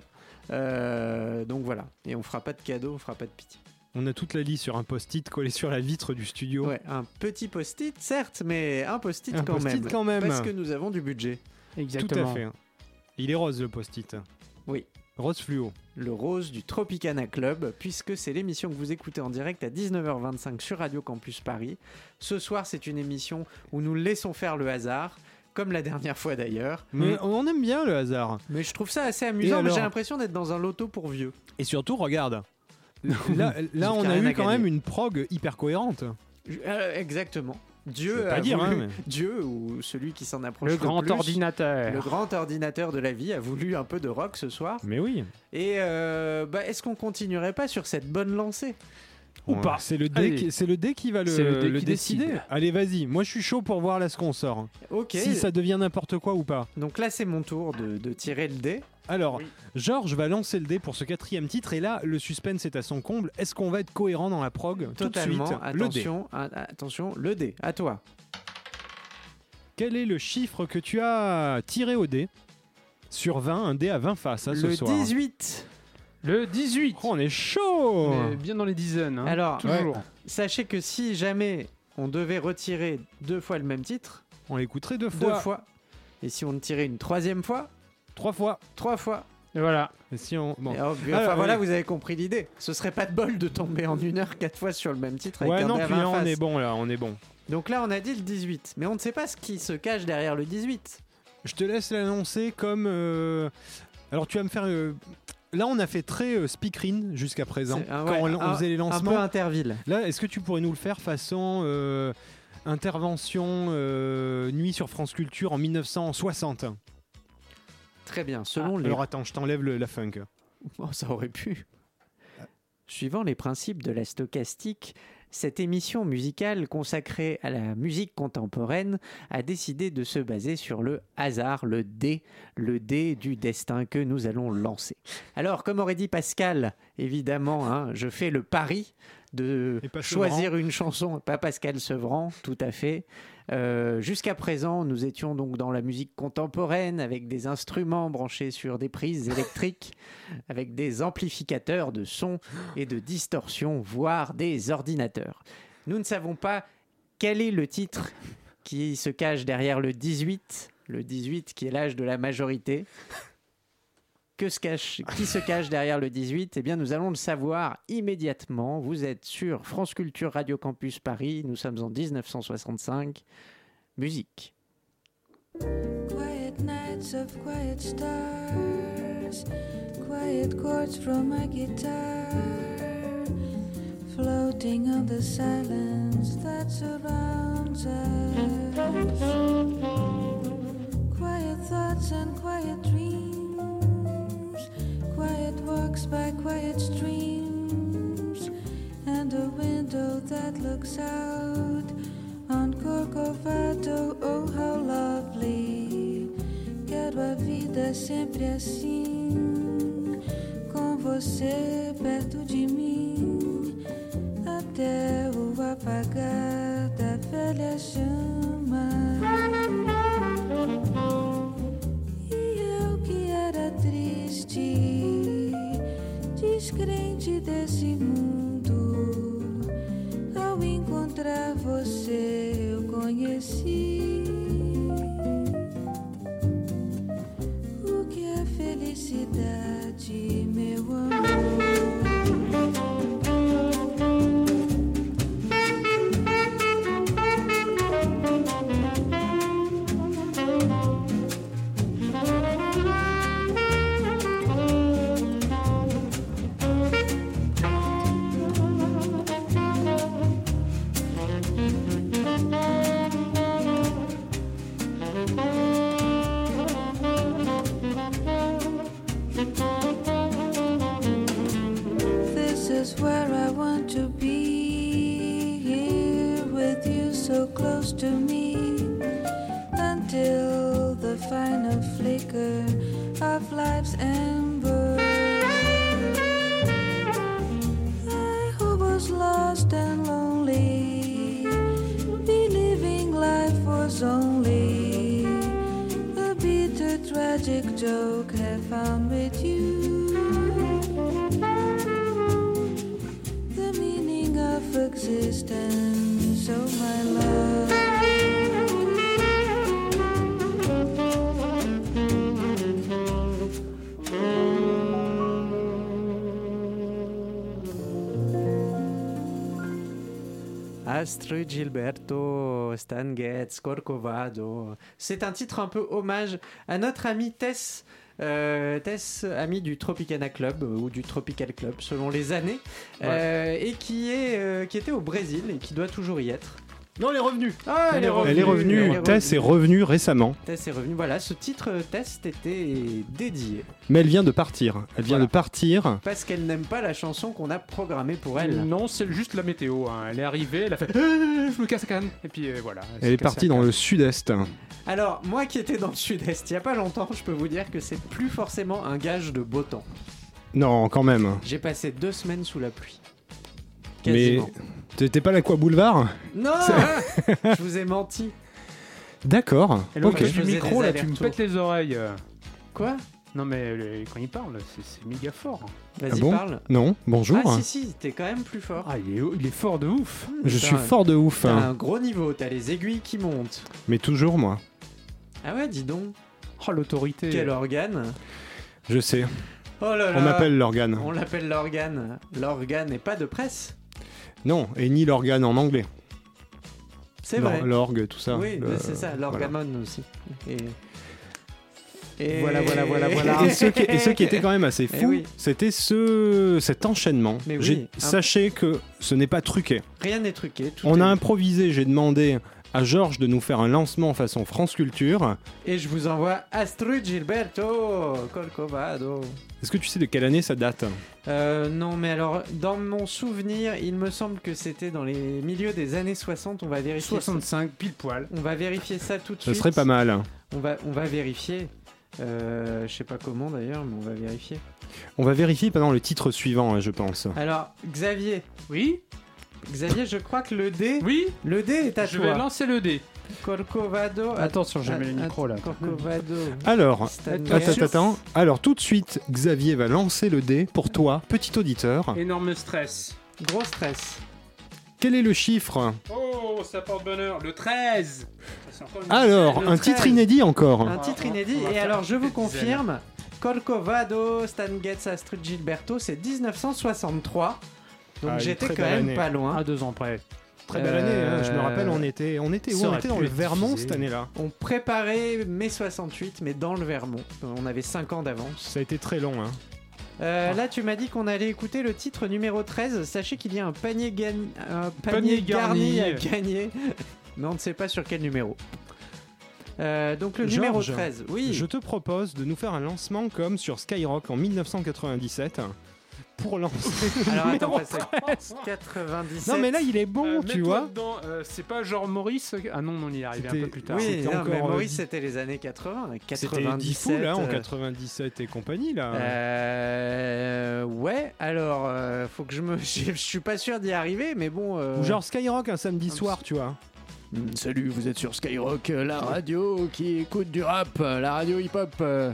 Euh, donc voilà. Et on fera pas de cadeaux, on fera pas de pitié.
On a toute la liste sur un post-it collé sur la vitre du studio.
Ouais, un petit post-it, certes, mais un post-it
Un
quand,
post-it
même.
quand même.
Parce que nous avons du budget.
Exactement.
Tout à fait. hein. Il est rose le post-it.
Oui.
Rose fluo.
Le rose du Tropicana Club, puisque c'est l'émission que vous écoutez en direct à 19h25 sur Radio Campus Paris. Ce soir, c'est une émission où nous laissons faire le hasard, comme la dernière fois d'ailleurs.
Mais on aime bien le hasard.
Mais je trouve ça assez amusant, mais
Mm. alors
j'ai l'impression d'être dans un loto pour vieux.
Et surtout, regarde. Là, là, on
Jusqu'à
a
rien
eu
à
quand
gagner.
même une prog hyper cohérente.
Je- euh, exactement. Dieu
Je veux pas
a
dire,
voulu-
hein,
Dieu ou celui qui s'en approche
Le
le
grand
plus,
ordinateur.
Le grand ordinateur de la vie a voulu un peu de rock ce soir.
Mais oui.
Et euh, bah, est-ce qu'on continuerait pas sur cette bonne lancée
Ou pas.
C'est le dé,
Allez.
qui, c'est le dé qui va le,
C'est le dé
le
qui
décider.
décide.
Allez, vas-y. Moi, je suis chaud pour voir là ce qu'on sort.
Ok.
Si ça devient n'importe quoi ou pas.
Donc là, c'est mon tour de, de tirer le dé.
Alors, Georges va lancer le dé pour ce quatrième titre. Et là, le suspense est à son comble. Est-ce qu'on va être cohérent dans la prog
Totalement.
Tout de suite. Le dé.
attention, a- attention, le dé. À toi.
Quel est le chiffre que tu as tiré au dé sur 20, un dé à 20 faces hein, ce
le
soir
18.
Le 18.
Oh, on est chaud
On est bien dans les dizaines. hein.
Alors,
toujours.
sachez que si jamais on devait retirer deux fois le même titre,
On l'écouterait
deux
deux fois,
fois, et si on le tirait une troisième fois,
trois fois.
trois fois.
Et voilà.
Et si on... bon.
Et hop, enfin,
Alors,
voilà,
Ah, oui.
vous avez compris l'idée. Ce serait pas de bol de tomber en une heure quatre fois sur le même titre avec
Ouais,
un
non,
dé à
puis
20
là, on
faces.
est bon, là, on est bon.
Donc là, on a dit le 18, mais on ne sait pas ce qui se cache derrière le 18.
Je te laisse l'annoncer comme... euh, Alors, tu vas me faire... euh, Là, on a fait très euh, speakerine jusqu'à présent,
C'est- ah ouais,
quand on, on
un-
faisait les
Un peu
lancements.
Interville.
Là, est-ce que tu pourrais nous le faire façon euh, intervention euh, nuit sur France Culture en 1960
Très bien, selon les...
Ah, Alors, attends, je t'enlève le- la funk.
Oh, ça aurait pu. Suivant les principes de la stochastique, cette émission musicale consacrée à la musique contemporaine a décidé de se baser sur le hasard, le dé, le dé du destin que nous allons lancer. Alors, comme aurait dit Pascal, évidemment, hein, je fais le pari de
Et pas
choisir une chanson, pas Pascal Sevran, tout à fait. Euh, Jusqu'à présent, nous étions donc dans la musique contemporaine avec des instruments branchés sur des prises électriques, avec des amplificateurs de son et de distorsion, voire des ordinateurs. Nous ne savons pas quel est le titre qui se cache derrière le 18, le 18 qui est l'âge de la majorité. Que se cache, qui se cache derrière le 18 Eh bien, nous allons le savoir immédiatement. Vous êtes sur France Culture Radio Campus Paris. Nous sommes en 1965. Musique.
Quiet nights of quiet stars, quiet chords from my guitar, floating on the silence that surrounds us. Quiet thoughts and quiet dreams, quiet walks by quiet streams, and a window that looks out on Corcovado. Oh, how lovely! Quero a vida sempre assim, com você perto de mim. palhaço mais. E eu que era triste, descrente desse mundo, ao encontrar você eu conheci. O que é felicidade, meu amor? This is where I want to be. Here with you, so close to me. Until the final flicker of life's ember. I who was lost and lonely, believing life was only a bitter, tragic joke, have found with you the meaning of existence, oh my love.
Astrid Gilberto, Stan Getz, Corcovado. C'est un titre un peu hommage à notre amie Tess. euh, Tess, amie du Tropicana Club euh, ou du Tropical Club selon les années, euh, et qui, est, euh, qui était au Brésil et qui doit toujours y être.
Non, elle est revenue.
Ah, elle, est revenue.
Elle est revenue.
elle est
Tess est revenue récemment,
Tess est revenue. Voilà, ce titre euh, Tess était dédié
mais elle vient de partir. Elle vient
Voilà.
de partir.
parce qu'elle n'aime pas la chanson qu'on a programmée pour elle.
Non, c'est juste la météo. hein. Elle est arrivée, elle a fait Euh, Je me casse la canne. Et puis euh, voilà.
Elle est partie dans le sud-est.
Alors, moi qui étais dans le sud-est il y a pas longtemps, je peux vous dire que c'est plus forcément un gage de beau temps.
Non, quand même.
J'ai passé deux semaines sous la pluie.
Mais
Quasiment.
t'étais pas l'Aqua Boulevard
Non Je vous ai menti.
D'accord.
Et
Ok.
l'autre
Je
du
faisais
micro,
des
là, tu me
allers-retours.
pètes les oreilles. euh.
Quoi
Non, mais euh, quand il parle, c'est- c'est méga fort. hein.
Vas-y,
Ah bon hein.
parle.
Non, bonjour.
Ah si, si, t'es quand même plus fort.
Ah, il est, il est fort de ouf.
Je
Putain,
suis fort de ouf,
T'as
hein.
un gros niveau, t'as les aiguilles qui montent.
mais toujours moi.
Ah ouais, dis donc.
Oh, l'autorité.
Quel organe
Je sais.
Oh là là
Euh, On m'appelle l'organe.
On l'appelle l'organe. L'organe et pas de presse.
Non, et ni l'organe en anglais.
C'est
L'or-
vrai.
L'orgue, tout ça. Euh,
Oui,
Le-
c'est ça,
voilà.
l'orgamone aussi. Et... Et-
Voilà, voilà, voilà, voilà.
Et ceux qui, et ceux qui étaient quand même assez
Eh
fous,
oui.
c'était ce, cet enchaînement.
Mais oui,
J'ai-
hein.
Sachez que ce n'est pas truqué.
Rien n'est truqué. tout
On a
est-
improvisé, j'ai demandé à Georges de nous faire un lancement façon France Culture.
Et je vous envoie Astrid Gilberto Corcovado.
Est-ce que tu sais de quelle année ça date
Euh, non, mais alors, dans mon souvenir, il me semble que c'était dans les milieux des années 60. On va vérifier. ça.
65, pile poil.
On va vérifier ça tout de
Ce
suite.
serait pas mal.
On va, on va vérifier. Euh, je sais pas comment d'ailleurs, mais on va vérifier.
On va vérifier pendant le titre suivant, hein, je pense.
Alors, Xavier,
Oui
Xavier, je crois que le dé,
Oui
le dé est à
Je vais
toi.
lancer le dé.
Corcovado.
Attention, je mets le
Att-
micro là.
Corcovado.
Alors,
Stanley.
attends, attends, attends. Alors tout de suite, Xavier va lancer le dé pour toi, petit auditeur.
Énorme stress.
Gros stress.
Quel est le chiffre
Oh, ça porte bonheur. Le 13
Alors,
Le Ah,
un
13.
titre inédit encore.
Un titre inédit. Et alors, je vous confirme, Corcovado, Stan Getz, Astrid Gilberto, c'est 1963. Donc
Ah, une
j'étais
très
quand
belle
même
année. Ah.
pas loin.
À Ah, deux ans près.
Très belle année, hein. je me
Euh,
rappelle, on était, on était où
ça
On
aurait
était dans
pu
le
être
Vermont
diffusé.
cette année-là.
On préparait mai 68, mais dans le Vermont. On avait 5 ans d'avance.
Ça a été très long. Hein.
Euh, Là, tu m'as dit qu'on allait écouter le titre numéro 13. Sachez qu'il y a un panier, gagn- un panier,
Panier
garni,
garni.
à gagner. mais on ne sait pas sur quel numéro. Euh, donc le numéro
Georges,
13, oui.
Je te propose de nous faire un lancement comme sur Skyrock en 1997 pour lancer.
Alors
le
attends,
numéro
parce que 97.
Non mais là il est bon,
Euh,
tu
mets-toi
vois.
dedans, euh, c'est pas genre Maurice. Ah non, on y est arrivé un
C'était-
peu plus tard.
Oui,
C'était
non, mais
encore, euh,
Maurice,
dix-
c'était les années 80.
C'était
97.
dix fous là en
euh,
97 et compagnie là.
euh, ouais, alors, euh, faut que je me. Je, je suis pas sûr d'y arriver, mais bon. euh,
Ou genre Skyrock un samedi
un
soir, tu vois.
Mm, Salut, vous êtes sur Skyrock, euh, la radio qui écoute du rap, euh, la radio hip-hop. euh.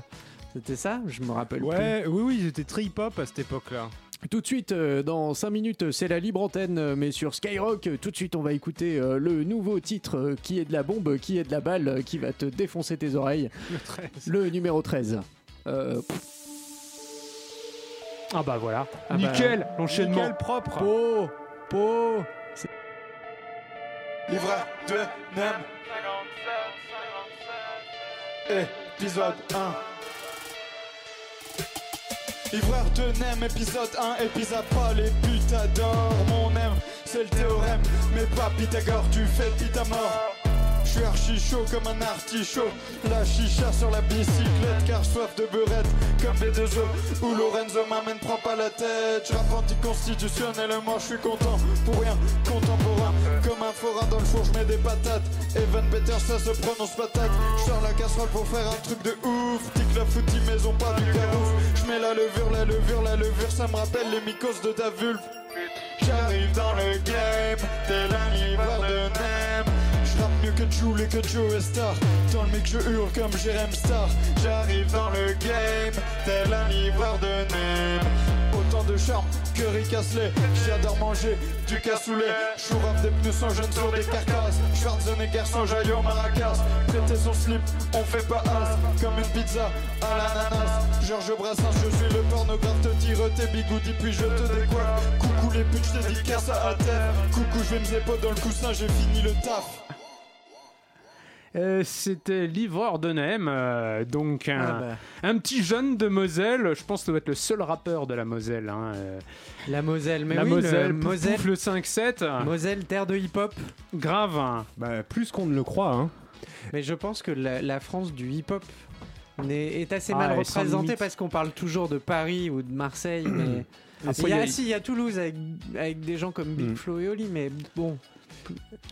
C'était ça Je me rappelle
Ouais, oui, oui, j'étais très hip-hop à cette époque-là.
plus. Tout de suite, euh, dans 5 minutes, euh, c'est la libre antenne, euh, mais sur Skyrock, euh, tout de suite, on va écouter euh, le nouveau titre euh, qui est de la bombe, qui est de la balle, euh, qui va te défoncer tes oreilles. Le numéro 13. Euh,
Ah bah voilà.
Ah bah,
Nickel, l'enchaînement.
Nickel propre.
po, po.
Livre de NEM Épisode 1 Livreur de NEM, épisode 1, épisode pas les butadors Mon NEM, c'est le théorème, mais pas Pythagore, tu fais pita mort Je suis archi chaud comme un artichaut La chicha sur la bicyclette, car soif de beurette Comme les deux jeux où Lorenzo m'amène, prends pas la tête Je rappe anticonstitutionnellement, je suis content Pour rien, contemporain, comme un forain dans le four, je mets des patates Evan Peter, ça se prononce patate Je sors la casserole pour faire un truc de ouf Tic la foutie maison, pas du carouf Je mets la levure, la levure, la levure Ça me rappelle les mycoses de ta vulve J'arrive dans le game, t'es la livreur de NEM Je rappe mieux que Jules et que Joe est star Dans le mic je hurle comme Jérém Star J'arrive dans le game, t'es la livreur de NEM Autant de charme que Rick Astley J'adore manger du cassoulet Je rappe des pneus sans jeunes sur des carcasses Schwarzenegger sans jaillot au maracas Prêtez son slip, on fait pas as Comme une pizza à l'ananas Georges Brassens, je suis le pornographe Te tire tes bigoudis puis je te décoiffe Coucou les putes, je dédicace à terre Coucou, je vais me zépo dans le coussin, j'ai fini le taf
Euh, C'était livreur de NEM, euh, donc un,
Ah bah.
un petit jeune de Moselle. Je pense que ça doit être le seul rappeur de la Moselle. hein, euh,
La Moselle, mais
la
oui, le-
Moselle, Pouf
Moselle,
Pouf, le 5-7,
Moselle, terre de hip-hop.
grave. hein.
Bah, plus qu'on ne le croit, hein.
Mais je pense que la, la France du hip-hop n'est- est assez
Ah,
mal
elle est sans
représentée
limite.
parce qu'on parle toujours de Paris ou de Marseille. mais
Après,
il y a,
il Ah, y a-
si, il y a Toulouse avec, avec des gens comme Big
Mm.
Flo et Oli, mais bon.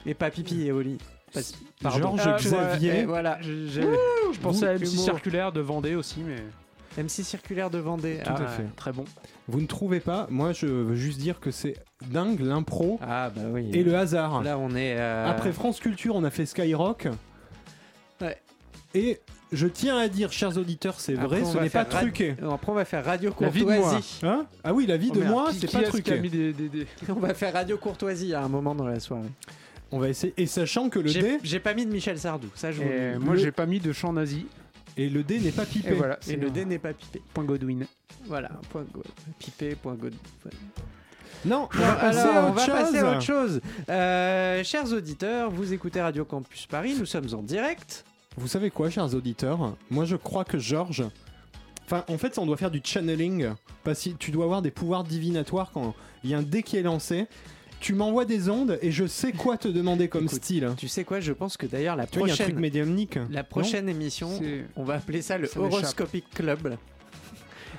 Et pas Pipi et Oli. Parce- pardon.
Georges
Euh,
Xavier.
Et voilà.
Je, j'ai- je pensais à MC
l'humour.
Circulaire de Vendée aussi, mais
MC Circulaire de Vendée. Ah,
à fait.
très bon.
Vous ne trouvez pas Moi, je veux juste dire que c'est dingue l'impro
ah, bah oui.
et le
Ah.
hasard.
Là, on est. euh,
Après France Culture, on a fait Skyrock.
Ouais.
Et je tiens à dire, chers auditeurs, c'est
Après,
vrai,
on
ce
va
n'est pas
faire rad-
truqué.
Après, on va faire Radio
La vie de moi.
Courtoisie.
Hein ah oui, la vie de
Oh, mais
moi,
qui-
c'est
qui
pas
est-ce qui a
truqué.
mis des- des- des-
On va faire Radio Courtoisie à un moment dans la soirée.
On va essayer. Et sachant que le
J'ai
dé
j'ai pas mis de Michel Sardou. Ça, je vous le
Et
dis.
moi,
Le-
j'ai pas mis de chant nazi.
et le dé n'est pas
Et
pipé.
voilà,
Et
c'est
le
un
dé n'est pas pipé.
point Godwin.
Voilà, un point go- pipé, point go-
Non, on
Bon,
va passer
alors,
à
on
autre
va passer à autre
chose.
chose. Euh, chers auditeurs, vous écoutez Radio Campus Paris, nous sommes en direct.
Vous savez quoi, chers auditeurs Moi, je crois que Georges. Enfin, en fait, ça, on doit faire du channeling. Parce que tu dois avoir des pouvoirs divinatoires quand il y a un dé qui est lancé. Tu m'envoies des ondes et je sais quoi te demander comme
Écoute,
style.
Tu sais quoi, je pense que d'ailleurs la
Tu vois, il y a un truc
prochaine,
médiumnique.
la prochaine émission,
C'est-
on va appeler ça le
Ça m'échappe.
Horoscopic Club.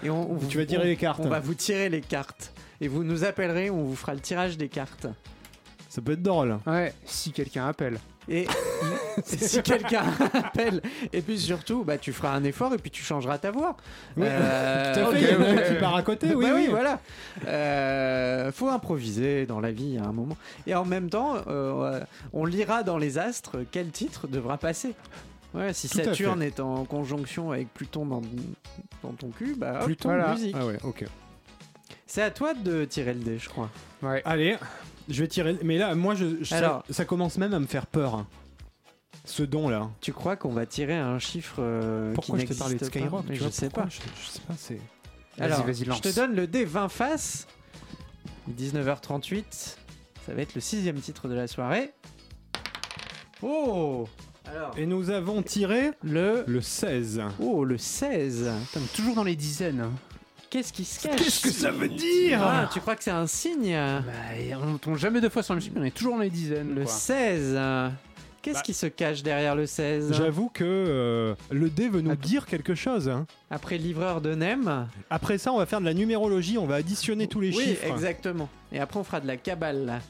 Et on, on-
Tu vas tirer
on-
les cartes.
On va vous tirer les cartes. Et vous nous appellerez, on vous fera le tirage des cartes.
Ça peut être drôle.
Ouais, si quelqu'un appelle.
Et si quelqu'un appelle, et puis surtout, bah, tu feras un effort et puis tu changeras ta voix.
Oui.
Euh,
Tout à fait,
ok,
il y en a
ok.
qui part à côté, oui,
Bah
oui.
voilà. Euh, faut improviser dans la vie à un moment. Et en même temps, euh, on lira dans les astres quel titre devra passer. Ouais, si
Tout à
Saturne est en conjonction avec Pluton dans, dans ton cul, bah hop,
Pluton,
voilà.
musique. Ah ouais, ok.
C'est à toi de tirer le dé, je crois.
Ouais.
Allez, je vais tirer. Mais là, moi, je, je-
Alors.
ça, ça commence même à me faire peur. hein. Ce don là.
Tu crois qu'on va tirer un chiffre euh,
Pourquoi
qui
je te parlais de
n'existe pas
Skyrock tu
Je
vois,
sais
pourquoi
pas.
je, je sais pas, c'est.
Vas-y,
Alors,
vas-y, lance.
je te donne le dé 20 faces. 19h38. Ça va être le sixième titre de la soirée. Oh Alors,
Et nous avons tiré
le...
le 16.
Oh, le 16.
Putain, mais toujours dans les dizaines. hein.
Qu'est-ce qui se cache
Qu'est-ce que ça veut dire
Ah, Tu crois que c'est un signe
Bah, et on tombe jamais deux fois sur le même chiffre, mais on est toujours dans les dizaines.
Le
quoi.
16. Qu'est-ce
Bah.
qui se cache derrière le 16
J'avoue que euh, le dé veut nous
Attends.
dire quelque chose. hein.
Après livreur de Nem
Après ça, on va faire de la numérologie, on va additionner tous les
oui,
chiffres.
exactement. Et après, on fera de la cabale.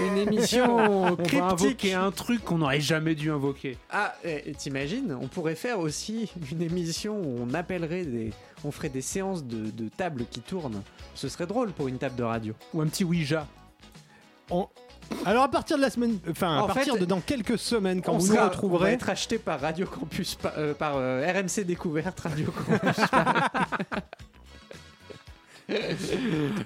Une émission
On
cryptique.
va invoquer un truc qu'on n'aurait jamais dû invoquer.
Ah, et- et t'imagines, on pourrait faire aussi une émission où on appellerait des. On ferait des séances de, de tables qui tournent. Ce serait drôle pour une table de radio.
Ou un petit Ouija.
On- Alors à partir de la semaine, enfin à
En
partir
fait,
de dans quelques semaines, quand
on
vous
sera-
nous
on va
retrouverez,
être acheté par Radio Campus, par, euh, par, euh, RMC Découverte, Radio Campus.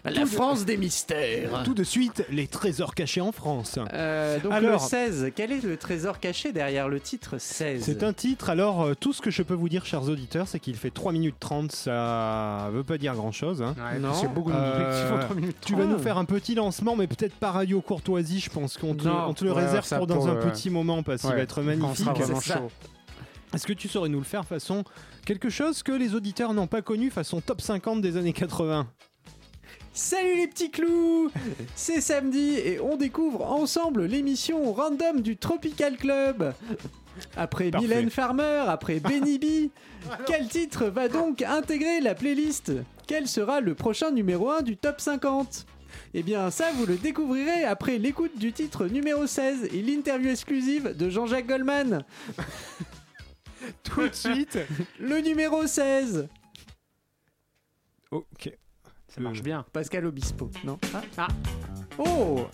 La France des mystères.
tout de suite les trésors cachés en France.
Euh, donc
Alors-
le 16, quel est le trésor caché derrière le titre 16
C'est un titre, alors euh, tout ce que je peux vous dire, chers auditeurs, c'est qu'il fait 3 minutes 30, ça veut pas dire hein. grand chose.
Ouais,
Non.
puis C'est beaucoup de
Euh,
musique qui font 3 minutes.
Tu vas nous faire un petit lancement, mais peut-être pas radio courtoisie, je pense qu'on te,
Non.
on te le
Ouais,
réserve
ça
pour dans
pour
un
le-
petit moment parce qu'il
Ouais.
va être
On
magnifique.
sera vraiment
c'est ça.
chaud.
Est-ce que tu saurais nous le faire façon quelque chose que les auditeurs n'ont pas connu façon top 50 des années 80
Salut les petits clous C'est samedi et on découvre ensemble l'émission random du Tropical Club. Après
Parfait.
Mylène Farmer, après Benny B, quel titre va donc intégrer la playlist Quel sera le prochain numéro 1 du top 50 Eh bien ça vous le découvrirez après l'écoute du titre numéro 16 et l'interview exclusive de Jean-Jacques Goldman.
Tout de suite
Le numéro 16
Ok.
Ça marche bien.
Pascal Obispo, non Ah.
Ah.
Oh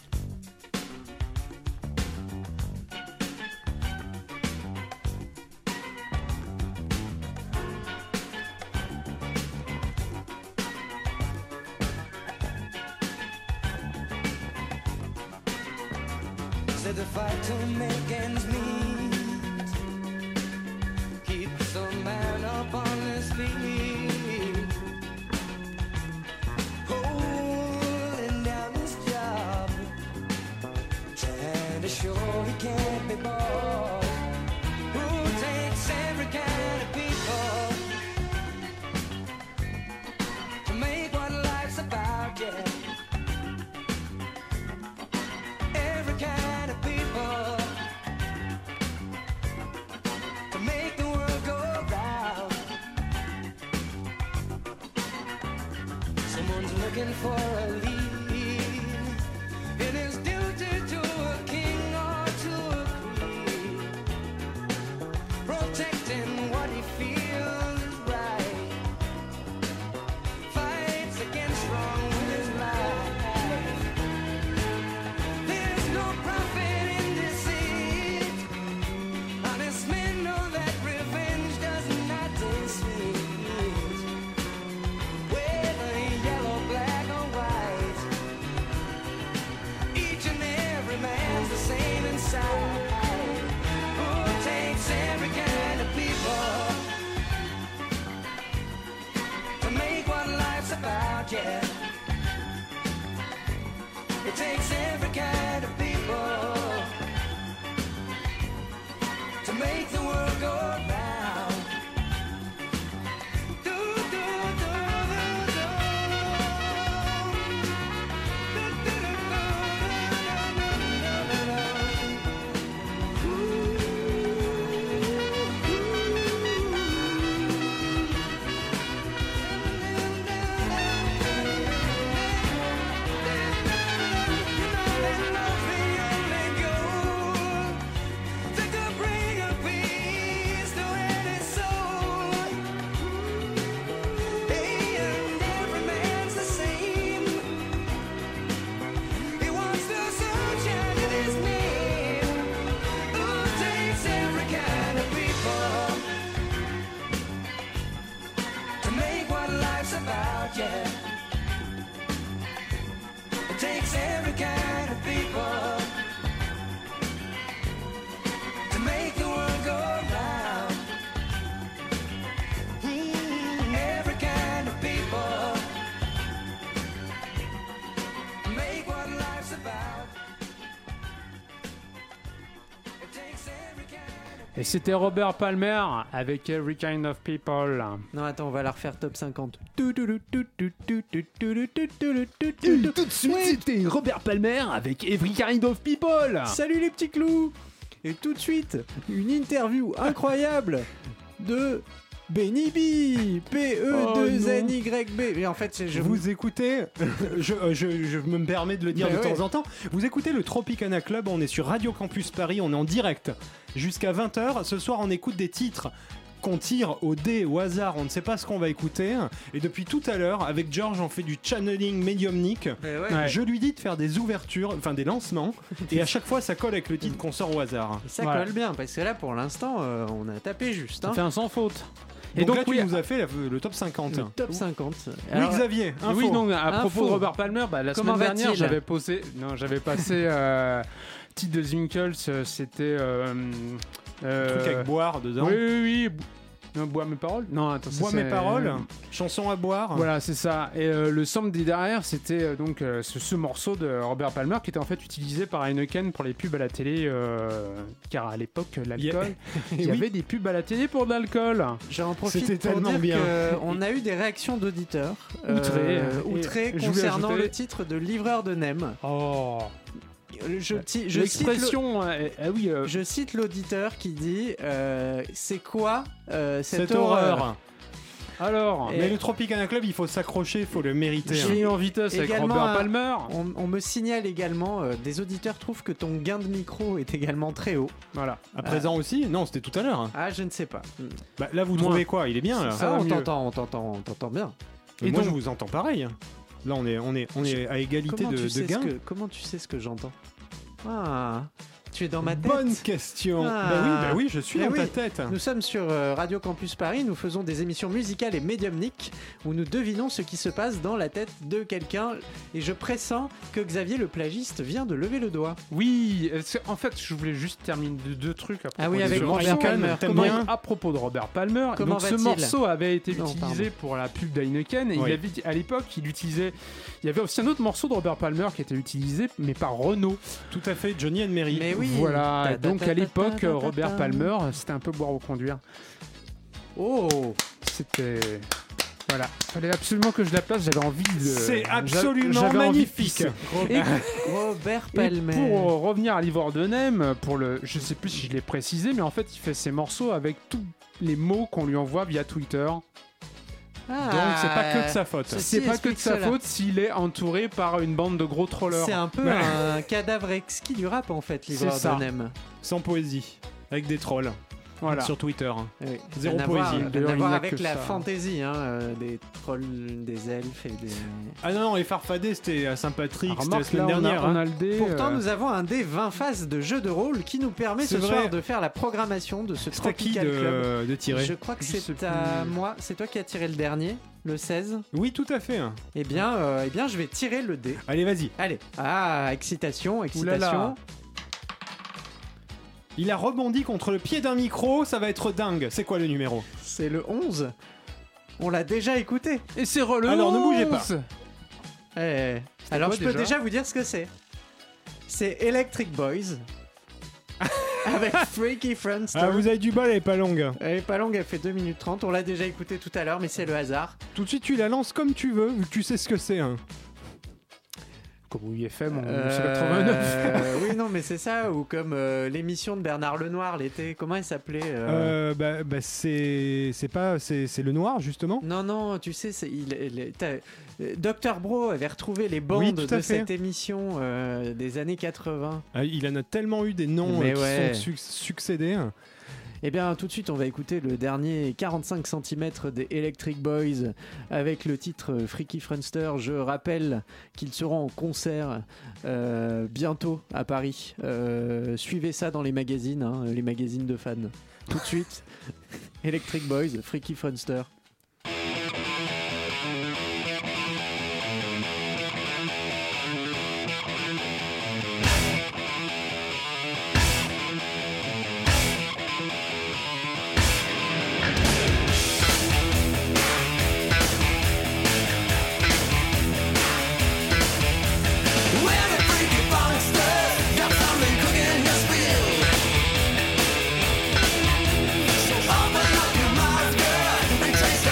Said the fight to make ends meet keeps a man up on his feet, holding down his job, trying to show he can't be bought. Who takes every kind of people to make what life's about? Yeah. every kind of people to make the world go round. Someone's looking for a lead. It is duty to a king or to a queen, protecting what he feels is right. Fights against wrong with his life. There's no profit in deceit. Honest men know that revenge does not taste sweet. Whether yellow, black, or white, each and every man's the same inside. Who takes every kind of people to make what life's about? Yeah. It takes every kind of people to make the world go round. Do, do, do, do, do. Do, do, do, do, do, do, do, do, do. Ooh, ooh, ooh. Yeah. It takes every kind of people to make the world go round. Mm, Every kind of people to make what life's about. It takes every kind
Et c'était Robert Palmer avec Every Kind of People.
Non, attends, on va la refaire top 50. Tout de suite
c'était Robert Palmer avec Every Kind of
Ah.
People.
Salut les petits clous Et tout de suite, une interview incroyable de Benny B E P-E-2-N-Y-B Mais en fait, c'est- je vous...
Vous écoutez, je, euh, je- je me permets de le dire
Mais
de
ouais.
temps en temps, vous écoutez le Tropicana Club, on est sur Radio Campus Paris, on est en direct jusqu'à 20h. Ce soir, on écoute des titres qu'on tire au dé au hasard, on ne sait pas ce qu'on va écouter. Et depuis tout à l'heure, avec George, on fait du channeling médiumnique.
Ouais.
Je lui dis de faire des ouvertures, enfin des lancements, et à chaque fois ça colle avec le titre qu'on sort au hasard.
Ça
Voilà.
colle bien, parce que là, pour l'instant, euh, on a tapé juste. hein.
Fait un sans faute.
Et donc, là,
oui, ah,
tu nous as fait la- le top 50.
Le top 50.
oui, Xavier, info.
oui, donc à
Info.
propos de Robert Palmer, bah, la
Comment
semaine dernière,
va-t-il
j'avais posé, non, j'avais passé euh, titre de Zinkels, euh, c'était euh,
Un
euh,
truc avec boire dedans.
oui, oui, oui, bo- non, bois mes Ah. paroles. Non, attends, ça,
Bois
c'est- euh,
mes paroles, chanson à boire.
Voilà, c'est ça. Et euh, le samedi derrière, c'était euh, donc euh, ce, ce morceau de Robert Palmer qui était en fait utilisé par Heineken pour les pubs à la télé, euh, car à l'époque, l'alcool, il y
Oui.
avait des pubs à la télé pour de l'alcool.
J'en profite
C'était
pour
tellement
dire
bien.
qu'on a eu des réactions d'auditeurs
Outrés.
euh, outrés
Et je voulais
concernant
ajouter-
le titre de Livreur de Nem.
Oh,
Je, ti- je cite le-
l'expression, euh, ah oui, euh,
je cite l'auditeur qui dit euh, C'est quoi euh, cette,
Cette horreur.
alors.
Et-
Mais le Tropicana Club, il faut s'accrocher, il faut le mériter. hein.
Génie en vitesse avec
Également
Robert
un-
Palmer.
on, on me signale également euh, des auditeurs trouvent que ton gain de micro est également très haut.
Voilà.
À présent aussi Non, c'était tout à l'heure. hein.
Ah, je ne sais pas. Hmm.
Bah, là, vous
Moins.
trouvez quoi Il est bien là.
Ça
Ah,
va
on
mieux.
t'entend, on t'entend, on t'entend bien.
Mais
Et
moi,
donc-
je vous entends pareil. hein. Là, on est, on est, on est à égalité
Comment
de,
tu
de
sais ce
gain.
que- comment tu sais ce que j'entends Ah, tu es dans ma tête.
Bonne question.
Ah.
Bah oui, bah oui, je suis
Mais
dans ta
oui.
tête.
Nous sommes sur euh, Radio Campus Paris, nous faisons des émissions musicales et médiumniques où nous devinons ce qui se passe dans la tête de quelqu'un et je pressens que Xavier le plagiste vient de lever le doigt.
Oui, euh, c'est- en fait, je voulais juste terminer de deux trucs. À propos
Ah oui,
de
avec
ce
Robert
morceau.
Palmer.
Donc,
Comment-
à propos de Robert Palmer,
Comment
donc ce
va-t-il
morceau avait été
Non,
utilisé pour la pub d'Heineken. Et
Oui.
il avait, dit- à l'époque, il utilisait. Il y avait aussi un autre morceau de Robert Palmer qui était utilisé, mais par Renault.
Tout à fait, Johnny and Mary.
Mais Eh oui.
Voilà.
Ta- ta-
Donc
ta-
à
ta-
l'époque, euh,
ta- ta-
Robert
ta-
Palmer, c'était un peu boire au conduire.
Oh
C'était. Voilà. Fallait absolument que je la place. J'avais envie de.
C'est
j'a-
absolument
j'avais envie de
magnifique.
pisser. Et
Robert
Et
Palmer.
pour euh, revenir à l'ivoire de Nem, pour le, je sais plus si je l'ai précisé, mais en fait, il fait ses morceaux avec tous les mots qu'on lui envoie via Twitter.
Ah,
Donc, c'est pas que de sa faute.
Ceci
C'est pas que de
explique
sa
cela.
faute s'il est entouré par une bande de gros trollers.
C'est un peu
Ouais.
un cadavre exquis du rap en fait, livreur
C'est ça.
de Nem.
Sans poésie. Avec des trolls.
Voilà.
Sur Twitter. hein.
Oui.
Zéro
Rien à voir-
poésie.
rien à
D'ailleurs, il
voir
n'y a
avec
que
la
ça.
fantaisie, hein, euh, des trolls, des elfes et des.
Ah non, non, les farfadés, c'était à
Ah,
Saint-Patrick, c'était la
Remarque,
semaine
là, on a-
dernière.
on
hein.
a le dé,
Pourtant,
euh,
nous avons un dé 20 faces de jeu de rôle qui nous permet ce
C'est
soir
vrai.
de faire la programmation de ce
C'est à qui
Tropical Club.
de, de tirer
Je crois que
Je sais
c'est
plus.
à moi, c'est toi qui as tiré le dernier, le 16.
Oui, tout à fait. hein.
Eh bien, euh, eh bien je vais tirer le dé.
Allez, vas-y.
Allez, ah, excitation, excitation.
Oulala.
Il a rebondi contre le pied d'un micro, ça va être dingue. C'est quoi le numéro
C'est le 11. On l'a déjà écouté.
Et c'est relou.
Alors, ne bougez pas.
Eh, Alors,
quoi
je peux
déjà
déjà vous dire ce que c'est. C'est Electric Boys. avec Freaky Friendster.
Ah, vous avez du bol, elle est pas longue.
Elle est pas longue, elle fait 2 minutes 30. On l'a déjà écouté tout à l'heure, mais c'est le hasard.
Tout de suite, tu la lances comme tu veux, vu que tu sais ce que c'est. hein.
Comme au IFM, on
Euh,
c'est 89.
oui, non, mais c'est ça, ou comme euh, l'émission de Bernard Lenoir l'été, comment elle s'appelait euh,
Euh, bah, bah, c'est c'est pas c'est c'est le noir justement.
Non, non, tu sais, c'est, il, il- t'as- euh, Dr Bro avait retrouvé les bandes
Oui, tout
de
à fait.
cette émission euh, des années 80.
Ah, Il en a tellement eu des noms
Mais
euh, qui
ouais.
sont suc- succédés. hein.
Eh bien, tout de suite, on va écouter le dernier 45 cm des Electric Boys avec le titre euh, Freaky Friendster. Je rappelle qu'ils seront en concert euh, bientôt à Paris. Euh, suivez ça dans les magazines, hein, les magazines de fans. Tout de suite, Electric Boys, Freaky Friendster.
Open up your mind, girl, and taste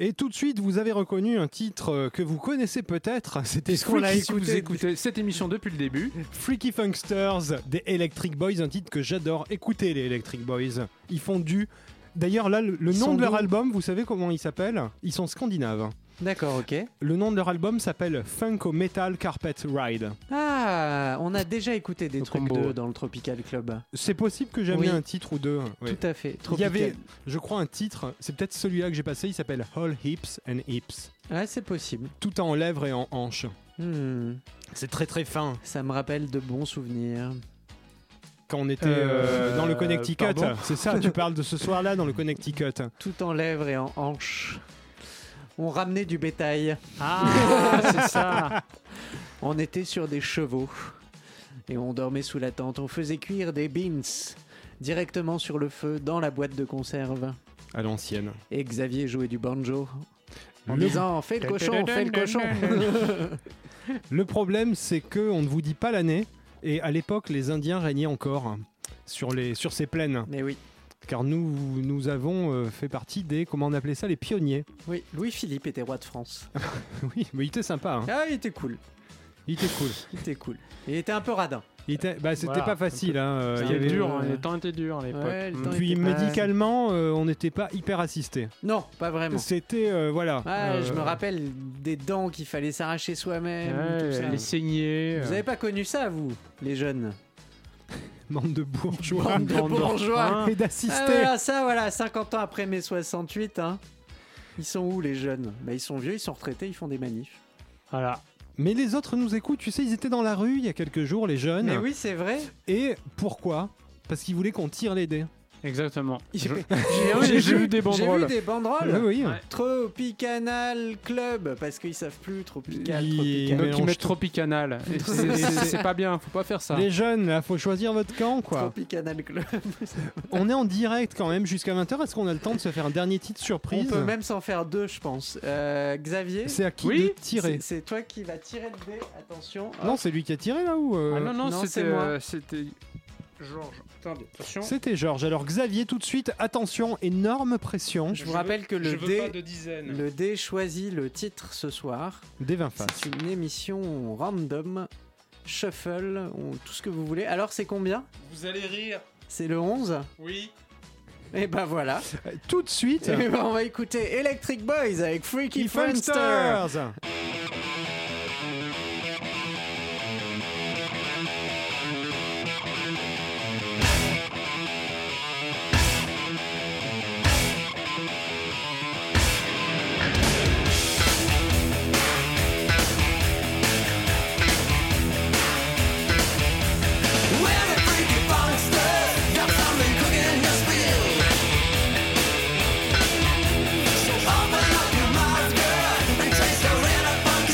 Et tout de suite, vous avez reconnu un titre euh, que vous connaissez peut-être. hein. C'était
Est-ce qu'on l'a
Freaky- si vous
écouté
écoutez
écoutez cette émission depuis le début
Freaky Funksters des Electric Boys, un titre que j'adore. Écoutez les Electric Boys. Ils font du. D'ailleurs, là, le, le
Ils
nom
sont
de leur
d'où
album, vous savez comment ils s'appellent Ils sont scandinaves.
D'accord, ok.
Le nom de leur album s'appelle Funko Metal Carpet Ride.
Ah, on a déjà écouté des
Le
trucs
combo.
de, dans le Tropical Club.
C'est possible que j'aime
Oui.
bien un titre ou deux. oui.
Tout à fait.
Il y
Tropical.
avait, je crois, un titre, c'est peut-être celui-là que j'ai passé, il s'appelle Whole Hips and Hips.
Ouais, c'est possible.
Tout en lèvres et en hanches.
Hmm,
C'est très très fin.
Ça me rappelle de bons souvenirs.
Quand on était
Euh,
euh, dans le Connecticut,
pardon
c'est ça, tu parles de ce soir-là dans le Connecticut.
Tout en lèvres et en hanches. On ramenait du bétail.
Ah, c'est ça
On était sur des chevaux et on dormait sous la tente. On faisait cuire des beans directement sur le feu dans la boîte de conserve.
À l'ancienne.
Et Xavier jouait du banjo en
Le,
disant Fais le cochon, fais le cochon
le problème, c'est que on ne vous dit pas l'année, et à l'époque, les Indiens régnaient encore sur, les, sur ces plaines.
Mais oui,
Car nous, nous avons euh, fait partie des, comment on appelait ça, les pionniers.
oui, Louis-Philippe était roi de France.
Oui, mais il était sympa, hein.
Ah, il était cool,
il était cool.
il était cool. Il était un peu radin.
Il était- bah, c'était
Voilà,
pas
un
facile, hein. euh, il y
C'était
avait-
dur,
euh,
hein, les temps étaient durs à l'époque. Hum.
Ouais, le temps
Puis
était pas-
médicalement, euh, on n'était pas hyper assisté.
Non, pas vraiment.
C'était euh, voilà.
Ouais,
euh,
Je me rappelle des dents qu'il fallait s'arracher soi-même. tout
Ouais,
ça.
les saignées.
Vous
euh,
avez pas connu ça, vous, les jeunes
Bande de bourgeois,
Bande de bourgeois.
et
Ah,
d'assistés.
voilà, ça, voilà, 50 ans après mai 68, hein. Ils sont où les jeunes bah, Ils sont vieux, ils sont retraités, ils font des manifs.
Voilà.
Mais les autres nous écoutent. Tu sais, ils étaient dans la rue il y a quelques jours, les jeunes.
Mais oui, c'est vrai.
Et pourquoi Parce qu'ils voulaient qu'on tire les dés.
Exactement.
J'ai
j'ai vu des
J'ai
banderoles.
vu des banderoles. Ah
oui.
Ouais.
Tropicanal Club, parce qu'ils savent plus Tropical,
Ils-
Tropical.
Donc
mélange
ils mettent
tout.
Tropicanal. Et c'est- C'est c'est pas bien, faut pas faire ça.
Les jeunes, là, faut choisir votre camp, quoi.
Tropicanal Club.
on est en direct quand même jusqu'à 20h. Est-ce qu'on a le temps de se faire un dernier titre surprise
On peut même s'en faire deux, je pense. Euh, Xavier,
C'est à qui
Oui,
de tirer
c'est- c'est toi qui vas tirer le dé. Attention. Ah,
Non,
Hop.
c'est lui qui a tiré là ou euh,
Ah non, non,
non,
c'était.
c'est moi.
euh, C'était. Georges. Attendez, attention.
C'était Georges. Alors Xavier, tout de suite, attention, énorme pression.
je vous rappelle que le dé,
dizaines.
le dé choisit le titre ce soir.
Des 20 faces.
C'est une émission random, shuffle, on- tout ce que vous voulez. Alors c'est combien
Vous allez rire,
C'est le 11
oui.
Et ben voilà.
Euh, Tout de suite.
Et ben on va écouter Electric Boys avec Freaky
Funky
Funster.
Funksters.
Open up your mind, girl, and taste the red upon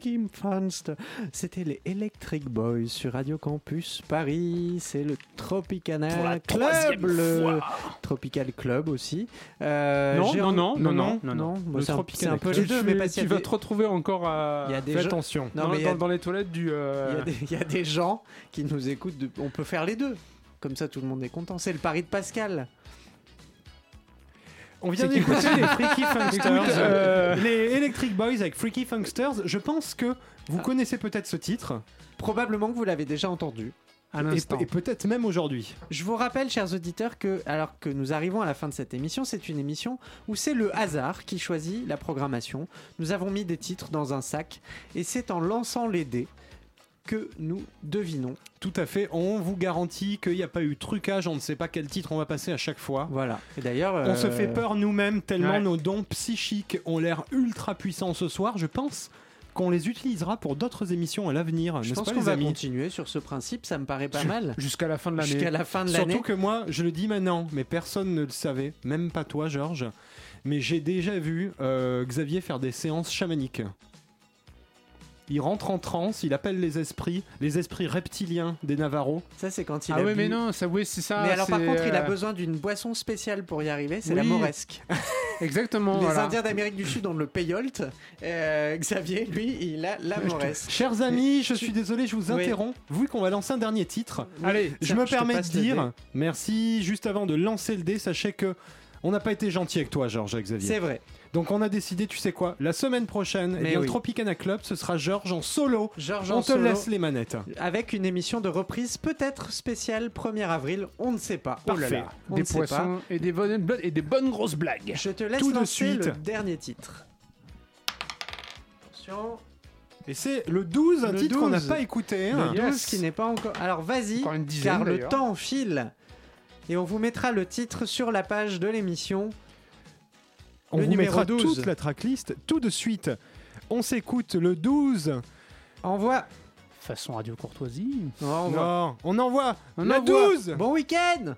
Kim Franst. C'était les Electric Boys sur Radio Campus Paris. C'est le Tropicana
Pour la
Club,
troisième
le
fois.
Tropical Club aussi. Euh,
Non,
j'ai-
non, non, non, non, non,
Bon,
Le
c'est un-
Tropical
c'est un, peu
Club.
les deux,
Tu-
mais parce
tu
qu'il y a
vas
des-
te retrouver encore à.
Il y a des
Fais
gens-
attention.
Non,
dans,
mais il y a-
dans- dans les toilettes du. euh,
Il y a des- il y, a des gens qui nous écoutent. de- On peut faire les deux. Comme ça, tout le monde est content. C'est le pari de Pascal.
On vient
C'est
d'écouter les Freaky Funksters,
Écoute,
euh, les Electric Boys avec Freaky Funksters. Je pense que vous connaissez peut-être ce titre,
Probablement que vous l'avez déjà entendu.
À
et,
l'instant.
et peut-être même aujourd'hui.
Je vous rappelle, chers auditeurs, que alors que nous arrivons à la fin de cette émission, c'est une émission où c'est le hasard qui choisit la programmation. Nous avons mis des titres dans un sac et c'est en lançant les dés que nous devinons.
Tout à fait, on vous garantit qu'il n'y a pas eu trucage, on ne sait pas quel titre on va passer à chaque fois.
Voilà. Et d'ailleurs, euh,
On se fait peur nous-mêmes tellement
Ouais.
nos dons psychiques ont l'air ultra puissants ce soir. Je pense qu'on les utilisera pour d'autres émissions à l'avenir.
Je
n'est-ce
pense
pas,
qu'on
les
va
amis
continuer sur ce principe. Ça me paraît pas mal.
Jusqu'à la fin de
Jusqu'à
l'année.
la fin de l'année.
Surtout que moi, je le dis maintenant, mais personne ne le savait, même pas toi, Georges. Mais j'ai déjà vu euh, Xavier faire des séances chamaniques. Il rentre en transe, il appelle les esprits, les esprits reptiliens des Navarros.
Ça, c'est quand il
Ah
a
ouais,
bu.
mais non, ça, oui,
ah,
c'est ça.
Mais alors, par
c'est,
contre, il a
euh,
besoin d'une boisson spéciale pour y arriver. C'est la
Oui.
moresque.
Exactement.
Oh
Les
voilà.
Indiens d'Amérique du Sud ont le peyolte. Euh, Xavier, lui, il a la moresque.
Chers amis, je suis désolé, je vous
Oui.
interromps, vu qu'on va lancer un dernier titre.
Allez,
Je
Tiens,
me
je te
permets de
passe le dé.
dire, merci, juste avant de lancer le dé, sachez que on n'a pas été gentil avec toi, Georges, avec Xavier.
C'est vrai.
Donc on a décidé, tu sais quoi, la semaine prochaine, eh
Mais
bien, au
oui.
Tropicana Club, ce sera Georges en solo.
Georges
On
en
te
solo,
laisse les manettes.
Avec une émission de reprise peut-être spéciale 1er avril, on ne sait pas.
Oh là
Parfait.
là,
On
des
ne sait pas.
poissons et des, bonnes, et des bonnes grosses blagues.
Je te laisse
Tout de
lancer le
suite.
dernier titre. Attention.
Et c'est le 12, un
Le
titre qu'on n'a
12.
pas écouté.
Le
hein.
Yes.
12 qui n'est pas encore. Alors vas-y,
Encore une dizaine,
car le
d'ailleurs.
temps file. Et on vous mettra le titre sur la page de l'émission.
On
Le
vous
numéro
mettra
12.
toute la tracklist tout de suite. On s'écoute le 12.
Envoie.
Façon radio courtoisie.
On va envoyer.
Non, on envoie
On
la
envoie.
12
Bon week-end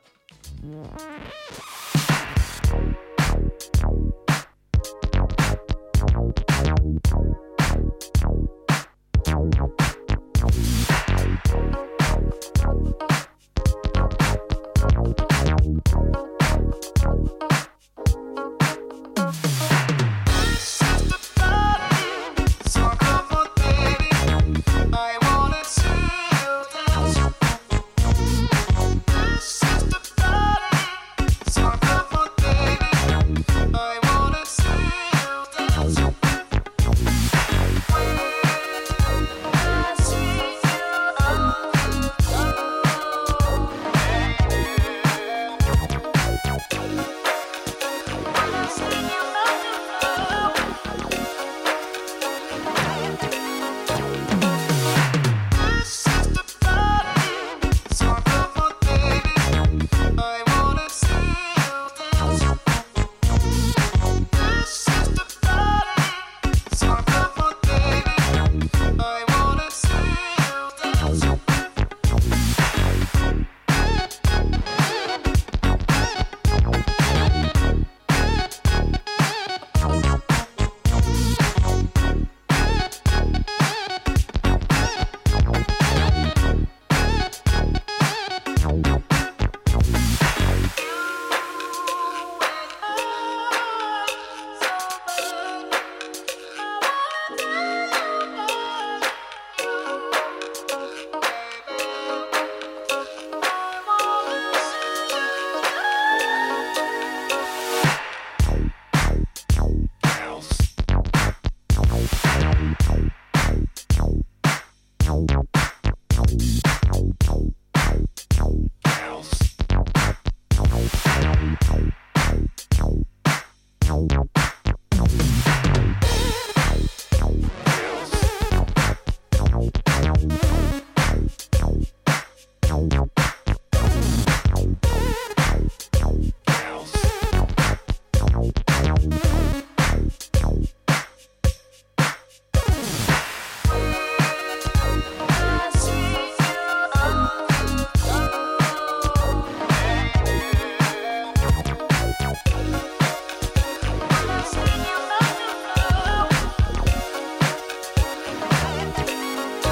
I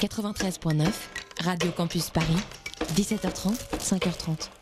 93.9, Radio Campus Paris, 17h30, 5h30.